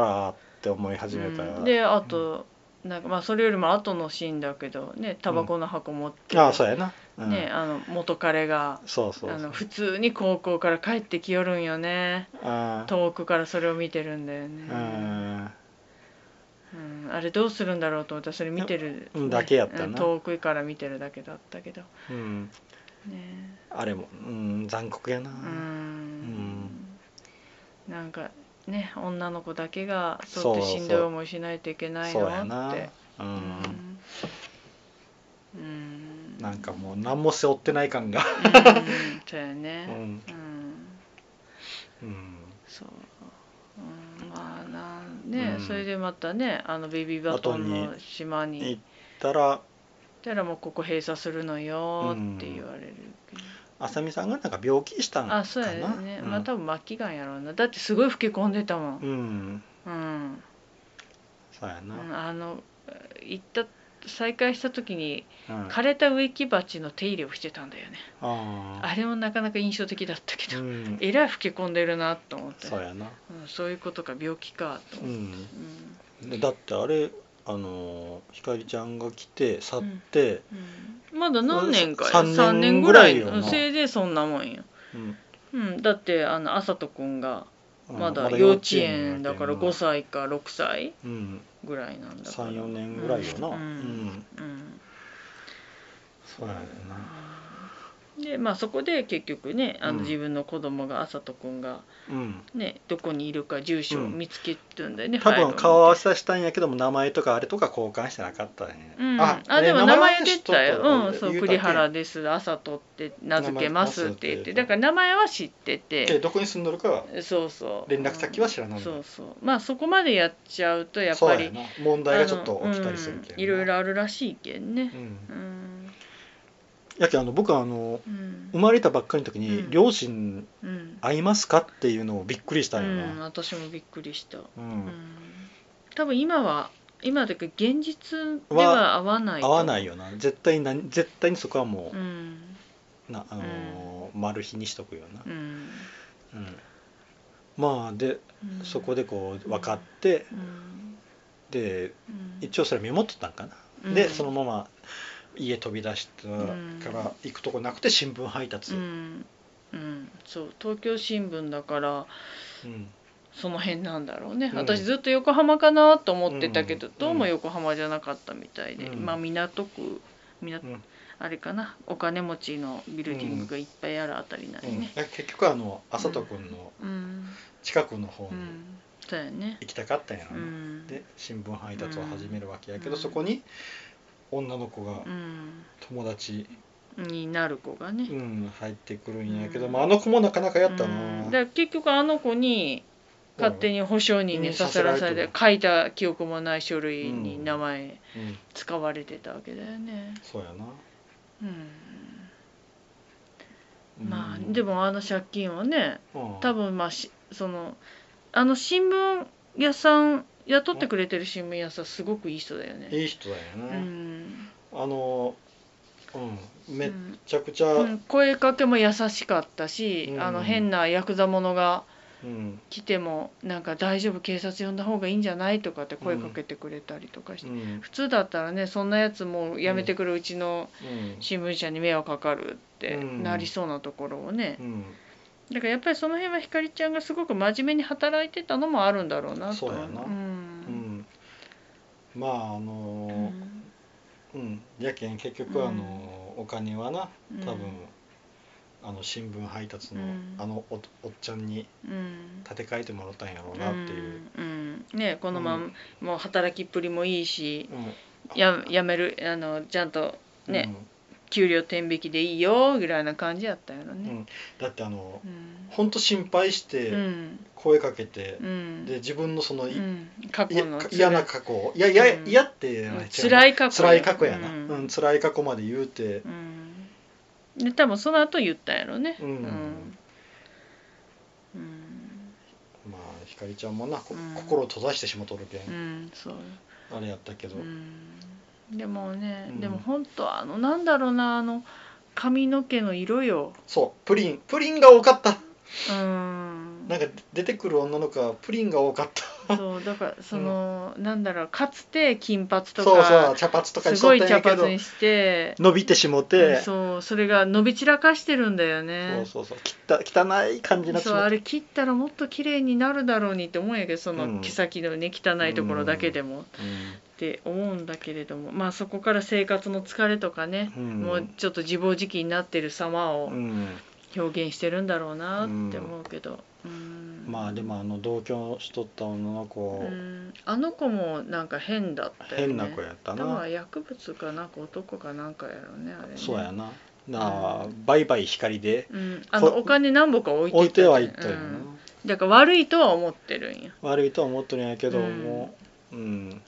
S1: らーって思い始めたら、
S2: うんであと、なんかまあそれよりも後のシーンだけどねタバコの箱持って、
S1: ああそうやな、うん、
S2: ね、あの元彼が
S1: そうそう
S2: あ
S1: そ
S2: の
S1: う
S2: 普通に高校から帰ってきよるんよね
S1: あ
S2: 遠くからそれを見てるんだよね。
S1: あ
S2: うん、あれどうするんだろうと思ったらそれ見てる、
S1: うんだけやったな
S2: うん遠くから見てるだけだったけど
S1: うん、うん、
S2: ね
S1: あれも、うん、残酷やな
S2: うん、なんかね女の子だけが
S1: そ
S2: そううや
S1: そう
S2: ってしんどい思いしないといけない
S1: そ
S2: の
S1: うやな
S2: って
S1: う、
S2: うんうん
S1: なんかもう何も背負ってない感が
S2: うんそうや
S1: う
S2: ね
S1: ん、
S2: うん、
S1: うん、
S2: そう、うん、まあなんね、
S1: うん
S2: それでまたねあのベビーバトン
S1: 後
S2: の島に
S1: 行ったら
S2: たらもうここ閉鎖するのよって言われるけど、
S1: あさみさんがなんか病気したんかな
S2: あそうやね、
S1: うん、
S2: まあ多分末期がんやろうなだってすごい老け込んでたもん
S1: うん
S2: うん、
S1: そうや
S2: う
S1: な、
S2: ん、あの行った再会した時に
S1: うん、
S2: 枯れた植木鉢の手入れをしてたんだよね
S1: あー
S2: あれもなかなか印象的だったけ
S1: う
S2: ど、
S1: ん、
S2: えらい老け込んでるなと思って
S1: そうやな、
S2: うん、そういうことか病気かと
S1: う
S2: 思って、
S1: ん、
S2: うん
S1: でだってあれあのーひかりちゃんが来て去って、
S2: うんまだ何年か
S1: さ
S2: よ
S1: ん
S2: 三年ぐらい
S1: ぐらいよな
S2: うんせいでそんなもんよ、
S1: うん
S2: うん、だってあのあさとくんが
S1: うん
S2: まだ幼稚
S1: やけ
S2: 園
S1: ん
S2: だから
S1: な
S2: 5歳か6歳
S1: うん
S2: ぐらいなんだから
S1: 34年ぐらいよな
S2: うん
S1: うん
S2: うん
S1: そうやねんな
S2: でまあそこで結局ねあ
S1: うん
S2: の自分の子供があさとくんが
S1: うん
S2: ねどこにいるか住所を見つけてるんだよね、
S1: 多
S2: ファイ
S1: 分
S2: ル
S1: 顔合わせはしたんやけども名前とかあれとか交換してなかったね、
S2: うん、あでも名前出てたよ、
S1: は
S2: うん、
S1: 知っ
S2: そ
S1: とった
S2: う
S1: 言
S2: 栗
S1: たけ
S2: 原です朝とって名付けますって言っ
S1: 名前出すって言って
S2: てだから名前は知って
S1: え
S2: て
S1: どこに住んどるかは
S2: そうそう
S1: 連絡先は知らないんだ
S2: そうそうまあそこまでやっちゃうとやっ
S1: そう
S2: ぱ
S1: や
S2: り
S1: な問題がちょっと起きたりするけ
S2: あ
S1: ん
S2: の
S1: な
S2: うんいろいろあるらしいけんね
S1: うん
S2: うん
S1: やけんあの僕はあの
S2: うん
S1: 生まれたばっかりの時に、
S2: うん
S1: 両親
S2: うん
S1: 会いますかっていうのをびっくりしたんよ
S2: うん
S1: な、
S2: 私もびっくりした、
S1: う
S2: うんん、多分今は今というか現実では合わない
S1: 合わない
S2: よ、
S1: よな絶対な絶対にそこはも
S2: う
S1: う、
S2: ん
S1: なあのー丸日にしとくよな
S2: う、ん
S1: うんまあで
S2: うん、
S1: そこでこう分かって、
S2: うん、
S1: で
S2: うん、
S1: 一応それメモってたんかな、
S2: うん
S1: でそのまま家飛び出した
S2: ん
S1: から行くとこなくて新聞配達、
S2: うん、うん、そう東京新聞だから
S1: うん
S2: その辺なんだろうね、
S1: うん
S2: 私ずっと横浜かなと思ってたけど、
S1: うん
S2: どうも横浜じゃなかったみたいで、
S1: うん
S2: まあ港区港、
S1: うん
S2: あれかなお金持ちのビルディングがいっぱいあるあたりな
S1: う
S2: んで
S1: ん
S2: ね、
S1: 結局あの朝人君の
S2: うんうん
S1: 近くの方に
S2: そうやね、
S1: 行きたかったんやろ
S2: う
S1: な、
S2: ん、
S1: で新聞配達を始めるわけやけど、
S2: うん
S1: そこに女の子が
S2: うん、
S1: 友達、
S2: になる子がね、
S1: うん、入ってくるんやけど、
S2: うん
S1: まあ、あの子もなかなかやった
S2: うん
S1: な、
S2: だから結局あの子に勝手に保証人
S1: うん
S2: にさせら
S1: させら
S2: れ
S1: れて
S2: て
S1: る
S2: 書いた記憶もない書類に名前
S1: うん、
S2: 使われてたわけだよね。
S1: そうやな、
S2: うん
S1: うん
S2: まあで、もあの借金はね
S1: うん
S2: 多分まあしそのあの新聞屋さん雇ってくれてる新聞屋さんすごくいい人だよね。
S1: いい人だよ
S2: う
S1: ね、
S2: ん
S1: あのうんめっ
S2: うん
S1: ちゃくちゃ、
S2: うん声かけも優しかったし、
S1: うん
S2: あの変なヤクザ者が
S1: うん
S2: 来てもなんか大丈夫警察呼んだ方がいいんじゃないとかって声かけてくれたりとかして、
S1: うん
S2: 普通だったらねそんなやつもうやめてくるうちの
S1: うん
S2: 新聞社に迷惑かかるって
S1: うん
S2: なりそうなところをね
S1: う、ん
S2: だからやっぱりその辺はひかりちゃんがすごく真面目に働いてたのもあるんだろうなと
S1: そう
S2: は
S1: やな
S2: う
S1: うんんまああ
S2: う
S1: の
S2: ん
S1: ーうん、やけん結局あのーお金はな多分、あの新聞配達の、
S2: うん
S1: あのおおっちゃんに
S2: うん
S1: 立て替えてもらったんやろうなっていう、
S2: うんうんねこのまま、
S1: うん
S2: もう働きっぷりもいいし
S1: うん
S2: ややめるあのちゃんとね、
S1: うん
S2: 給料天引きでいいよぐらいな感じやったよ
S1: う
S2: ね。
S1: んだってあの
S2: うん
S1: 本当心配して
S2: うん
S1: 声かけて、
S2: うん
S1: で自分のそのい、
S2: うん過
S1: い
S2: 去
S1: や
S2: の
S1: 嫌な過去いやいや
S2: うん
S1: 嫌って
S2: う
S1: のは違うなん
S2: 辛い過去
S1: 辛い過去やな、
S2: う
S1: うん
S2: ん
S1: 辛い過去まで言うて
S2: うんで多分その後言ったんやろね
S1: うん
S2: うん
S1: まあひかりちゃんもな、こ
S2: うん
S1: 心を閉ざしてしもとるけん、
S2: うんそう
S1: あれやったけど、
S2: うんでもね、
S1: うん
S2: でも本当あのなんだろうなあの髪の毛の色よ
S1: そうプリンプリンが多かった
S2: うん
S1: なんか出てくる女の子はプリンが多かった
S2: そうだからその、なんだろうかつて金髪と
S1: そうそう
S2: か
S1: 茶髪とかにし
S2: す
S1: と
S2: ご
S1: っ
S2: い
S1: たんや
S2: 茶
S1: けど
S2: 髪にして
S1: 伸びてしもて、そう
S2: そうそれが伸び散らかしてるんだよね
S1: そうそう汚汚い感じになってし
S2: そう
S1: ま
S2: あ
S1: って
S2: れ切ったらもっと綺麗になるだろうにって思うんやけどそ
S1: うん
S2: の毛先のね汚いところだけでも、っ
S1: う
S2: て思うんだけれどもまあそこから生活の疲れとかね、
S1: ん
S2: もうちょっと自暴自棄になってる様を
S1: うん
S2: 表現してるんだろうなって思うけど、うん
S1: まあでもあの同居しとった女の
S2: う
S1: 子、
S2: んあの子もなんか変だったよね
S1: 変な子やった
S2: 多分
S1: な
S2: あれ薬物かなんか男かなんかやろねあれね
S1: そうやななあ
S2: う
S1: バイバイ光で
S2: うん、あのお金何本か置いて
S1: 置いて
S2: よ
S1: は
S2: ね
S1: いったよな、
S2: うんだから悪いとは思ってるんや、
S1: 悪いとは思っとるんやけど
S2: うん
S1: もう、うん、
S2: うん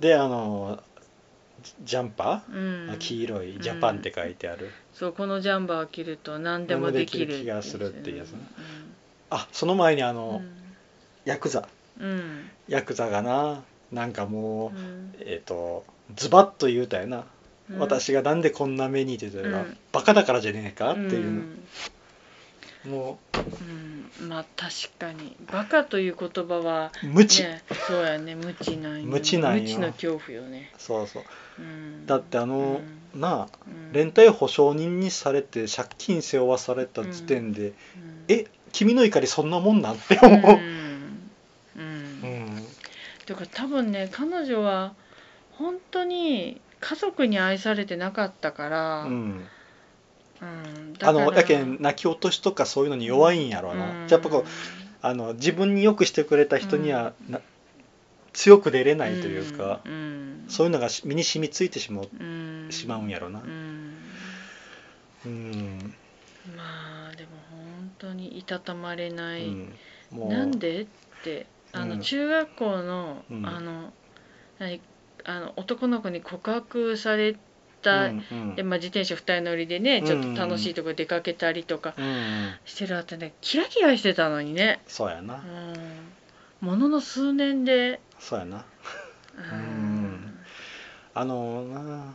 S1: であのジジャンパ
S2: う
S1: ー、
S2: ん、
S1: 黄色い「ジャパン」って書いてある、
S2: そうこのジャンバー着ると何でもできるっ
S1: 何でもできる気
S2: て
S1: がするっていうやつね
S2: う
S1: あその前にあ
S2: ん
S1: の、ヤクザ
S2: うん
S1: ヤクザがななんかも
S2: う
S1: う、
S2: ん
S1: えっ、とズバッと言うたよな、
S2: うん
S1: 私がなんでこんな目に出てたら、
S2: うん
S1: バカだからじゃねえかっていうう、
S2: ん
S1: も
S2: うんまあ確かにバカという言葉は
S1: う無知、
S2: ねそうやね無知なんよ
S1: 無知なんよ
S2: 無知の恐怖よね、
S1: そうそう
S2: うん、
S1: だってあの、なあ
S2: うん
S1: 連帯保証人にされて借金背負わされた時点で、
S2: うん
S1: え君の怒りそんなもんなんって思う、
S2: うんうん
S1: うん
S2: だから多分ね彼女は本当に家族に愛されてなかったから、
S1: う
S2: うん
S1: ん、
S2: だ
S1: あ
S2: から
S1: のやけん泣き落としとかそういうのに弱いんやろな、じゃあやっぱこうあの自分によくしてくれた人にはな、強く出れないというか、
S2: うんうん
S1: そういうのがし身に染みついてしまう,、
S2: うん
S1: しまうんやろな
S2: うん
S1: うん、
S2: まあでも本当にいたたまれな
S1: う
S2: い、
S1: ん、もう
S2: なんでってあの、
S1: うん
S2: 中学校の、
S1: うん
S2: あの何あの男の子に告白された、
S1: うんうん
S2: でまあ、自転車2人乗りでねちょっと楽しいとこ出かけたりとか
S1: うんうん
S2: してるあたねキラキラしてたのにね、
S1: そうや
S2: う、
S1: なん
S2: ものの数年で、
S1: そうやな
S2: うん
S1: んあのな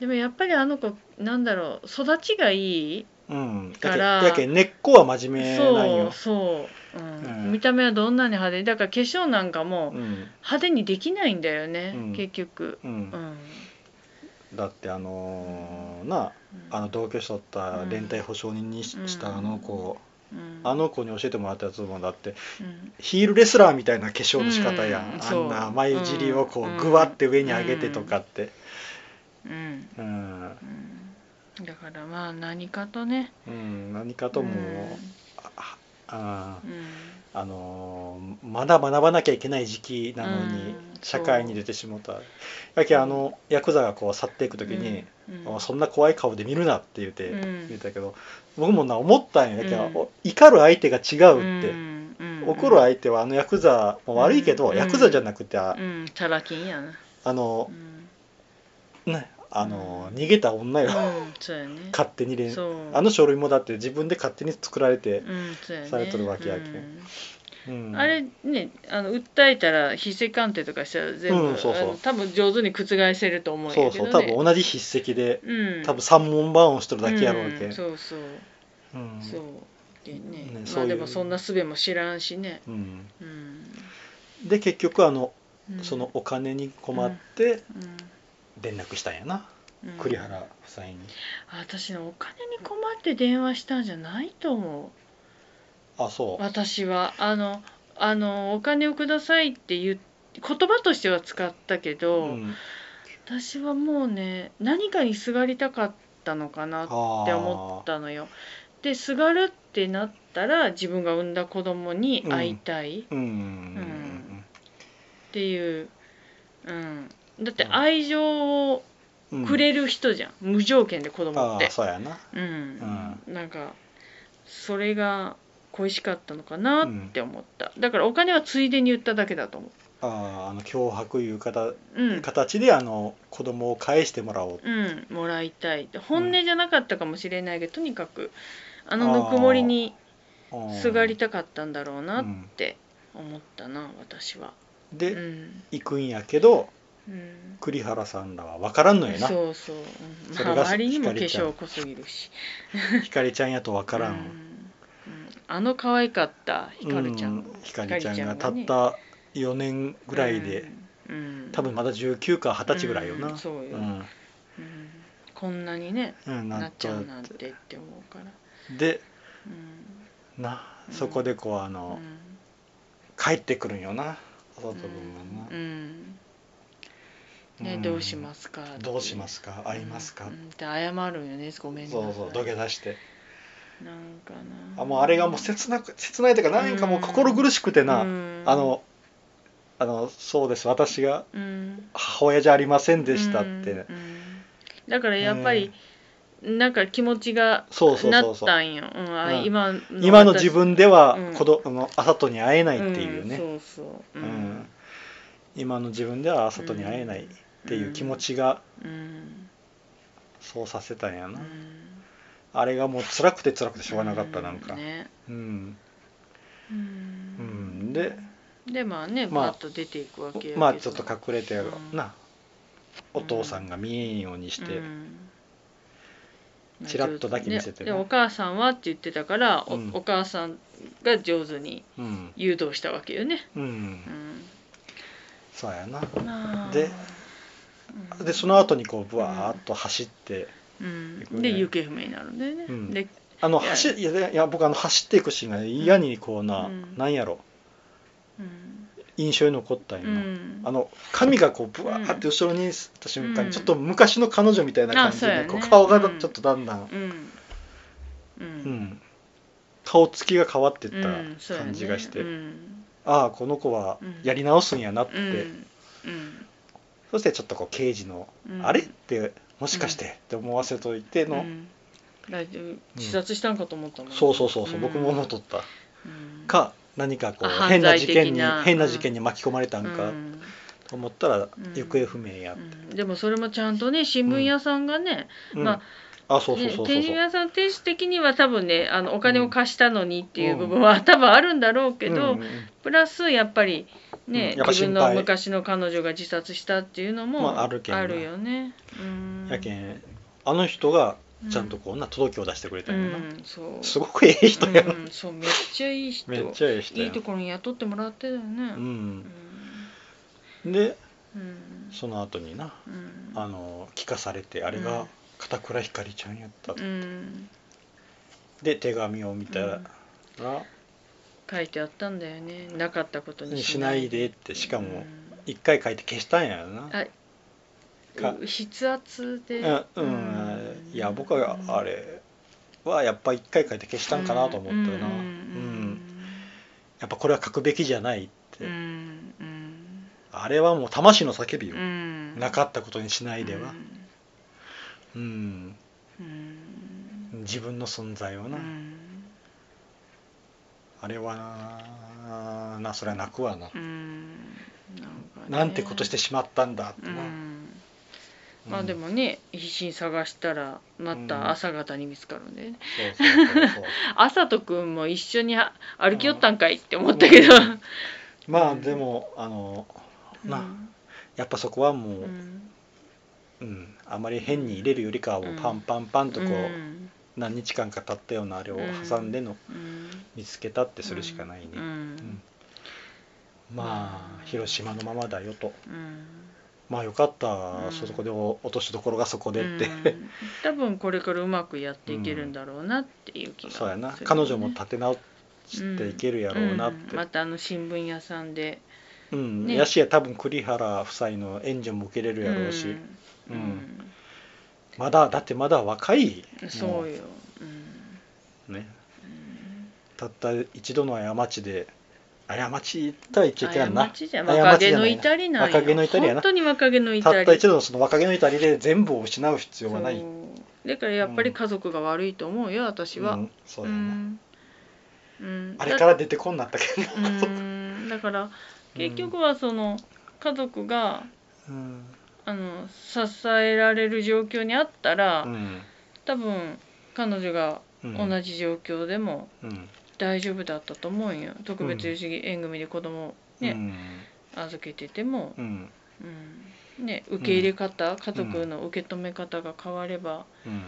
S2: でもやっぱりあの子なんだろう育ちがいい
S1: うんやけ
S2: から
S1: やけ根っこは真面目なん
S2: そ
S1: よ
S2: うそう、うん
S1: うん
S2: 見た目はどんなに派手だから化粧なんかも
S1: うん
S2: 派手にできないんだよね、
S1: うん
S2: 結局、
S1: う、
S2: うんん、
S1: だってあのーなあの同居しとった連帯保証人にし
S2: うん
S1: したあの子、
S2: うん
S1: あの子に教えてもらったやつもだって
S2: うん
S1: ヒールレスラーみたいな化粧の仕方やん、
S2: うん
S1: あ
S2: そ
S1: ん
S2: う
S1: な眉尻をこ
S2: うん
S1: うグワって上に上げてとかって
S2: うん
S1: うん、
S2: うんだからまあ何かとね
S1: うん、何かともああ
S2: うんうん
S1: あのーまだ学ばなきゃいけない時期なのに
S2: うん
S1: 社会に出てしもたやけあのヤクザがこう去っていく時に、
S2: うん
S1: あそんな怖い顔で見るなって言って、
S2: うん
S1: 言ったけど僕もな思ったんやけ、
S2: うん
S1: お怒る相手が違うって、
S2: んうん
S1: 怒る相手はあのヤクザも悪いけど、
S2: うん
S1: ヤクザじゃなくてあ,、
S2: うんチャラ金やな
S1: あ
S2: う
S1: の
S2: ん
S1: ねあの
S2: うん
S1: 逃げた女よ、
S2: うんそうやね
S1: 勝手に連
S2: そう
S1: あの書類もだって自分で勝手に作られて、
S2: うんそうやね
S1: されとるわけやけ
S2: うん
S1: うん
S2: あれねあの訴えたら筆跡鑑定とかしたら全部、
S1: うんそうそう
S2: あの多分上手に覆せると思うんやけ
S1: そ
S2: ど、
S1: う
S2: ね、
S1: そう多分同じ筆跡で
S2: うん、
S1: 多分三文板をしとるだけやろうけ、
S2: うんそうそう
S1: うん
S2: そうでね
S1: ね
S2: ま
S1: そうい
S2: あ
S1: う
S2: でもそんなすべも知らんしね
S1: うん
S2: うん、
S1: で結局あの、
S2: うん
S1: そのお金に困って
S2: う
S1: 連絡したんやな、
S2: んうん
S1: 栗原夫妻に
S2: 私ねお金に困って電話したんじゃないと思
S1: あ
S2: う
S1: そう
S2: 私はあのあのお金をくださいって言って言葉としては使ったけど、
S1: うん
S2: 私はもうね何かにすがりたかったのかなっって思ったのよ。で、すがるってなったら自分が産んだ子供に会いたいっ
S1: うんうん
S2: ていう、うん、だって愛情を
S1: うんうん
S2: くれる人じゃん、無条件で子供
S1: あ
S2: って
S1: あ、そうやな
S2: うんなんかそれが恋しかったのかなって思った、だからお金はついでに言っただけだと思
S1: あああの脅迫いう方
S2: う、うん
S1: 形であの子供を返してもらおう
S2: うん、もらいたいって本音じゃなかったかもしれないけど、とにかくあのぬくもりに
S1: うん
S2: すがりたかったんだろうなっ
S1: うん
S2: て思ったな私は。
S1: で、
S2: うん
S1: 行くんやけど
S2: うん
S1: 栗原さんらは分からんのやな
S2: そうそう、うん
S1: そ
S2: ま
S1: れ
S2: あ、
S1: が
S2: 周りにも化
S1: 光ちゃん
S2: 粧濃すぎるし
S1: ひかりちゃんやと分から
S2: うん
S1: ん、
S2: うんあの可愛かったひかるちゃん、
S1: うひかりちゃんがたっ
S2: ひかりちゃんがね
S1: た4年ぐらいで、
S2: うん、うん
S1: 多分まだ19か20歳ぐらいよな、
S2: うんそうよ
S1: ん
S2: うんこんなにね
S1: うん
S2: な
S1: な
S2: っ
S1: っ
S2: ち
S1: ち
S2: ゃ
S1: ゃ
S2: う
S1: う
S2: なんてって思うから、
S1: で
S2: うん
S1: な
S2: うん
S1: そこでこうあ
S2: う
S1: の、
S2: ん
S1: 帰ってくるんよな佐藤君は
S2: う
S1: な、
S2: んね
S1: ん
S2: どうしますかってい
S1: どうしますか会いますか、
S2: うん、って謝るよねごめんなさい
S1: そうそう土下座して
S2: なんかな
S1: あもうあれがもう切なく切ないというか何かもう心苦しくてな、
S2: うん
S1: あのあのそうです私が
S2: うん
S1: 母親じゃありませんでしたって、
S2: うんうんだからやっぱり、なんか気持ちが
S1: そうそう
S2: な
S1: そう
S2: っ
S1: そう
S2: たんよ、うんあ
S1: うん
S2: 今
S1: 今の自分では
S2: うん
S1: 子ど、あのあさとに会えないっていうね、
S2: んそうそ
S1: う
S2: う、
S1: ん今の自分ではあさとに会えないっていう気持ちが
S2: うん
S1: そうさせたんや
S2: う
S1: な、
S2: ん
S1: あれがもう辛くて辛くてしょうがなかったなんか
S2: うね
S1: うん、う
S2: う
S1: んん、で
S2: でまあね
S1: まあ
S2: パッと出ていくわけやけど
S1: まあちょっと隠れて、
S2: うん
S1: なお父さんが見えんようにして、
S2: うん
S1: ちらっとだけ見せてね
S2: ででお母さんはって言ってたから、お
S1: うん
S2: お母さんが上手に
S1: うん
S2: 誘導したわけよね、
S1: うん
S2: う
S1: そうやなん
S2: まあ、
S1: で
S2: うん
S1: でその後にこうぶわーっと走って、
S2: うん
S1: 行くね
S2: で行方不明になるんだよね、
S1: うん
S2: で
S1: あの
S2: いや
S1: 走いやいやいや僕あの走っていくシーンが嫌にこうな、
S2: うん
S1: なんやろ
S2: うん
S1: 印象に残ったんよ
S2: う
S1: な、
S2: ん
S1: あの髪がこうブワーって後ろにした瞬間、
S2: うん
S1: ちょっと昔の彼女みたいな感じで、
S2: あそうやね
S1: こう顔が
S2: うん
S1: ちょっとだんだん、
S2: うんう
S1: うんん、顔つきが変わってっ
S2: う
S1: た
S2: んそうやね
S1: 感じがして、
S2: うん
S1: ああこの子はやり直すんやなって、
S2: うんうん
S1: そしてちょっとこう刑事の、
S2: うん
S1: あれってもしかして、って思わせといての、
S2: うん大丈夫自殺したんかと思ったもん
S1: そうそうそうそう、
S2: ん
S1: 僕も思っとった
S2: うん
S1: か何かこう
S2: あ
S1: 変な事件
S2: 犯罪的
S1: に
S2: な
S1: 変な事件に巻き込まれたん
S2: う
S1: か
S2: ん
S1: と思ったら
S2: ん
S1: 行方不明や、
S2: うんでもそれもちゃんとね新聞屋さんがね、
S1: うん
S2: ま
S1: あそうそう
S2: ね
S1: そうそう
S2: 天
S1: そ
S2: 神
S1: う
S2: 屋さん亭主的には多分ねあのお金を貸したのにっていううん部分は多分あるんだろうけど、
S1: うんうんうん
S2: プラスやっぱりね、
S1: うんやっぱ
S2: 自分
S1: 心
S2: の
S1: 配
S2: 昔の彼女が自殺したっていうの
S1: ま
S2: も
S1: ああるけんな
S2: よね。うん
S1: やけんあの人がちゃんと
S2: う
S1: こうな届けを出してくれた
S2: うん
S1: やな、
S2: ん、そう
S1: すごくええ人や、
S2: うん、そうめっちゃいい人
S1: めっちゃええ人や
S2: いいところに雇ってもらってたよね。
S1: う
S2: うんん
S1: で
S2: うん
S1: その後にな
S2: うん
S1: あの聞かされてあれ
S2: う
S1: が
S2: ん
S1: 片倉ひかりちゃんやった、
S2: うん
S1: で手紙を見たら、
S2: 書いてあったんだよねなかったことに
S1: しないでってしかも
S2: うん
S1: 一回書いて消したんやな
S2: あ
S1: か
S2: う筆圧で
S1: うん、うん、いや僕はあれはやっぱ一回書いて消したんかなと思ったよな、
S2: うん
S1: やっぱこれは書くべきじゃないって、
S2: うんうんうん
S1: あれはもう魂の叫びよ
S2: う、ん
S1: なかったことにしないでは
S2: う、ん
S1: うん、
S2: うん
S1: 自分の存在をな、
S2: うん
S1: あれはななそれは泣くわな、
S2: うんなんかね
S1: なんてことしてしまったんだって
S2: う
S1: な、
S2: ん
S1: うん
S2: まあでもね必死に探したらまた朝方に見つかるん
S1: そ
S2: で
S1: うそうそう そう
S2: 朝とくんも一緒にあ歩き寄ったんかいって思ったけど
S1: うんまあでもあのまあやっぱそこはもう、う
S2: う
S1: ん
S2: ん
S1: あまり変に入れるよりかはもうパンパンパンとこう、
S2: うん
S1: 何日間か経ったようなあれを挟んでの
S2: うん
S1: 見つけたってするしかないね、
S2: うんうん
S1: まあ広島のままだよと
S2: うん
S1: まあよかった、
S2: うん
S1: そこでお落としどころがそこでって、
S2: うん多分これからうまくやっていけるんだろうなっていう気が
S1: そうやな
S2: するね
S1: 彼女も立て直していけるやろうなっ
S2: うん
S1: て、
S2: またあの新聞屋さんで
S1: うん
S2: ね
S1: やしや多分栗原夫妻の援助も受けれるやろうし、
S2: う
S1: う
S2: ん
S1: んまだだってまだ若い
S2: うん
S1: も
S2: そうよ、うん
S1: うね
S2: うん
S1: たった一度の過ちで過ち言ったらいけないな
S2: 過ちじ
S1: 過ちじゃ
S2: ゃ
S1: ないな
S2: 若気の至りなんよ
S1: 若気の至りやな
S2: 本当に若気の至
S1: た
S2: り
S1: った一度のその若気の至りで全部を失う必要はない
S2: そうだからやっぱり家族が悪いと思うよ私は、
S1: うん、そう
S2: う
S1: やな、
S2: んうん
S1: あれから出てこんなったけど、
S2: だうんだから結局はその家族が
S1: うん
S2: あの支えられる状況にあったら、
S1: うん
S2: 多分彼女が
S1: うん
S2: 同じ状況でも
S1: うん
S2: 大丈夫だったと思うんよ、特別養子縁組で子供をね、預けてても
S1: う、ん
S2: うんね、受け入れ方、家族の受け止め方が変われば、
S1: うん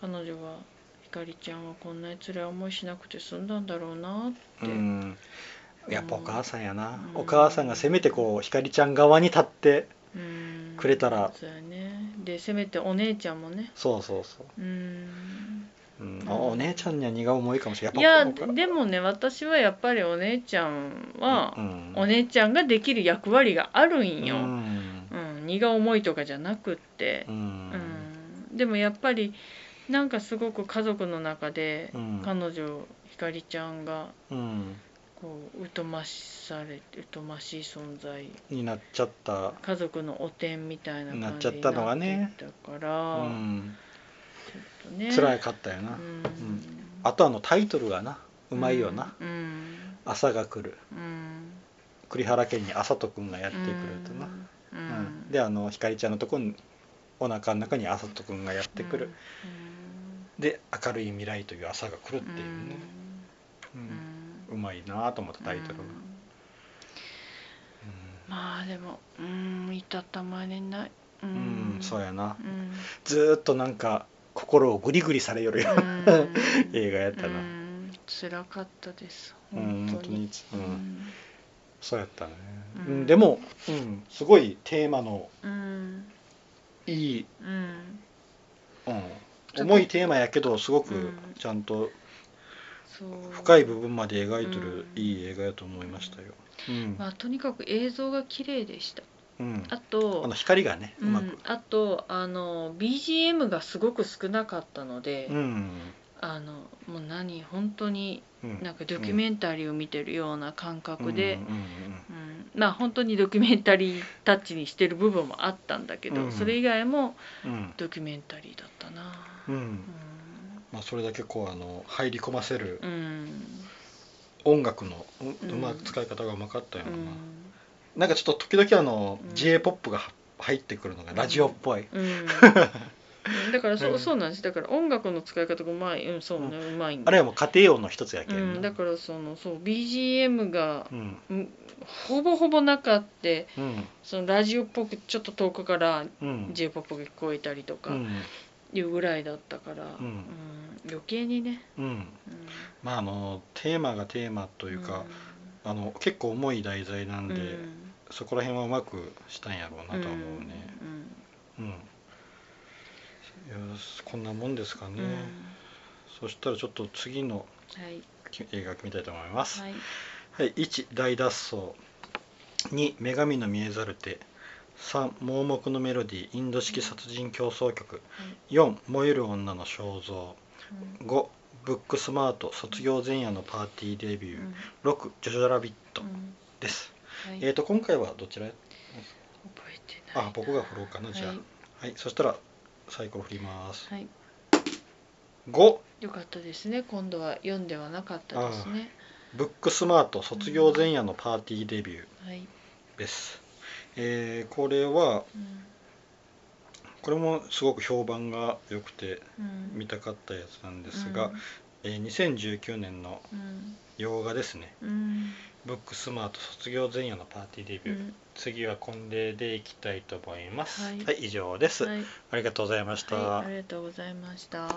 S2: 彼女はひかりちゃんはこんなに辛い思いしなくて済んだんだろうなって、
S1: うんやっぱお母さんやな、
S2: うん
S1: お母さんがせめてこうひかりちゃん側に立って
S2: うん
S1: くれたら
S2: そうやねでせめてお姉ちゃんもね
S1: そうそうそう
S2: うん
S1: うん
S2: う、ん
S1: あお姉ちゃんには荷が重いかもしれない
S2: い
S1: や
S2: や
S1: っぱ
S2: でもね私はやっぱりお姉ちゃんは、
S1: うん
S2: お姉ちゃんができる役割があるんよ、
S1: う
S2: うん
S1: ん
S2: 荷が重いとかじゃなくって
S1: う、ん
S2: うんでもやっぱりなんかすごく家族の中で、
S1: うん
S2: 彼女ひかりちゃんが
S1: うん
S2: こう疎ましされ疎ましい存在
S1: になっちゃった
S2: 家族の汚点みたいな
S1: なっ
S2: 感
S1: ちゃ
S2: じ
S1: っ
S2: に
S1: たのが
S2: なっ
S1: ね
S2: ていたから、
S1: うん
S2: ちょっとね
S1: 辛
S2: い
S1: かったよ
S2: な
S1: な、
S2: うん
S1: あとあのタイトルがなうまいよな、
S2: うん
S1: 朝が来る
S2: うん
S1: 栗原家に朝とくんがやってくるとな、
S2: うん
S1: う
S2: うんん、
S1: であのひかりちゃんのとこにお腹の中に朝とくんがやってくる、で「明るい未来」という朝が来るっ
S2: うん
S1: ていうね、う
S2: うんん
S1: うまいなと思ったタイトルが、
S2: う
S1: うん
S2: んまあでもうんいたたまれないうん
S1: うんそうやな
S2: うん
S1: ずーっとなんか心をグリグリされよるような映画やった
S2: う
S1: な、
S2: ん辛かったです
S1: うん、本当に、う
S2: うんん
S1: そうやったね、
S2: うん
S1: うん、でも、うん、すごいテーマの
S2: うん
S1: いい、
S2: うん
S1: うん、重いテーマやけどすご
S2: う
S1: く
S2: ん
S1: ちゃんと
S2: そう
S1: 深い部分まで描いてる
S2: うん
S1: いい映画やと思いましたよ。うん
S2: まあ、とにかく映像が綺麗でした
S1: うん、
S2: あ
S1: あ
S2: と
S1: の光がねう
S2: う
S1: ま
S2: ん
S1: く、、
S2: あとあの BGM がすごく少なかったので、
S1: うん
S2: あのもう何本当に
S1: うん、
S2: なんかドキュメンタリーを見てるような感覚で、
S1: うんうん
S2: うんまあ本当にドキュメンタリータッチにしてる部分もあったんだけど、
S1: うん
S2: それ以外も
S1: うん
S2: ドキュメンタリーだったな
S1: うんうんまあ、それだけこうあの入り込ませる
S2: うんうん
S1: 音楽のう,、う
S2: うん
S1: まく使い方がうまかったよな、
S2: うん
S1: なんかちょっと時々あの、
S2: うん
S1: J−POP がは入ってくるのがラジオっぽい、
S2: うん だからそううんそうなんですだから音楽の使い方がうまいうんそうねうまいんだ
S1: あれはもう家庭用の一つやけ
S2: うん
S1: な、
S2: んだからそのそう BGM が
S1: うん
S2: うんほぼほぼなかって
S1: うん
S2: そのラジオっぽくちょっと遠くから
S1: うん
S2: j p o p が聞こえたりと
S1: う
S2: か
S1: ん
S2: いうぐらいだったから、
S1: うん
S2: うん余計にね、
S1: うん
S2: うん
S1: まあもうテーマがテーマというか、あの結構重い題材なん
S2: う
S1: で、
S2: んうん
S1: そこら辺はうまくしたんやろうなとは思うねうん、よしこんなもんですかね
S2: うん、うん
S1: そしたらちょっと次の
S2: はい
S1: き映画決めたいと思います、
S2: はい
S1: はい、1大脱走2女神の見えざる手3盲目のメロディーインド式殺人競争曲4燃える女の肖像
S2: うん
S1: 5ブックスマート卒業前夜のパーティーデビ
S2: う
S1: ュー
S2: ん
S1: 6ジョジョラビット
S2: うん
S1: です、
S2: はい
S1: えーと今回はどちらや
S2: 覚えてない
S1: あ僕が振ろうかなじゃあ
S2: は
S1: はいい、そしたらサイコロ振ります
S2: はい
S1: 5
S2: よかったですね今度は読んではなかったですね
S1: ブックスマート卒業前夜のパーティーデビュー
S2: はい、
S1: です、えーこれは
S2: うん
S1: これもすごく評判が良くて
S2: うん、
S1: 見たかったやつなんですが、えー2019年の
S2: うん
S1: 洋画ですね
S2: うんうん
S1: 「ブックスマート卒業前夜のパーティーデ
S2: う
S1: ビュー」
S2: ん
S1: 次は婚礼でいきたいと思います
S2: は
S1: はいい、以上です、
S2: はい
S1: ありがとうございました、
S2: はいありがとうございました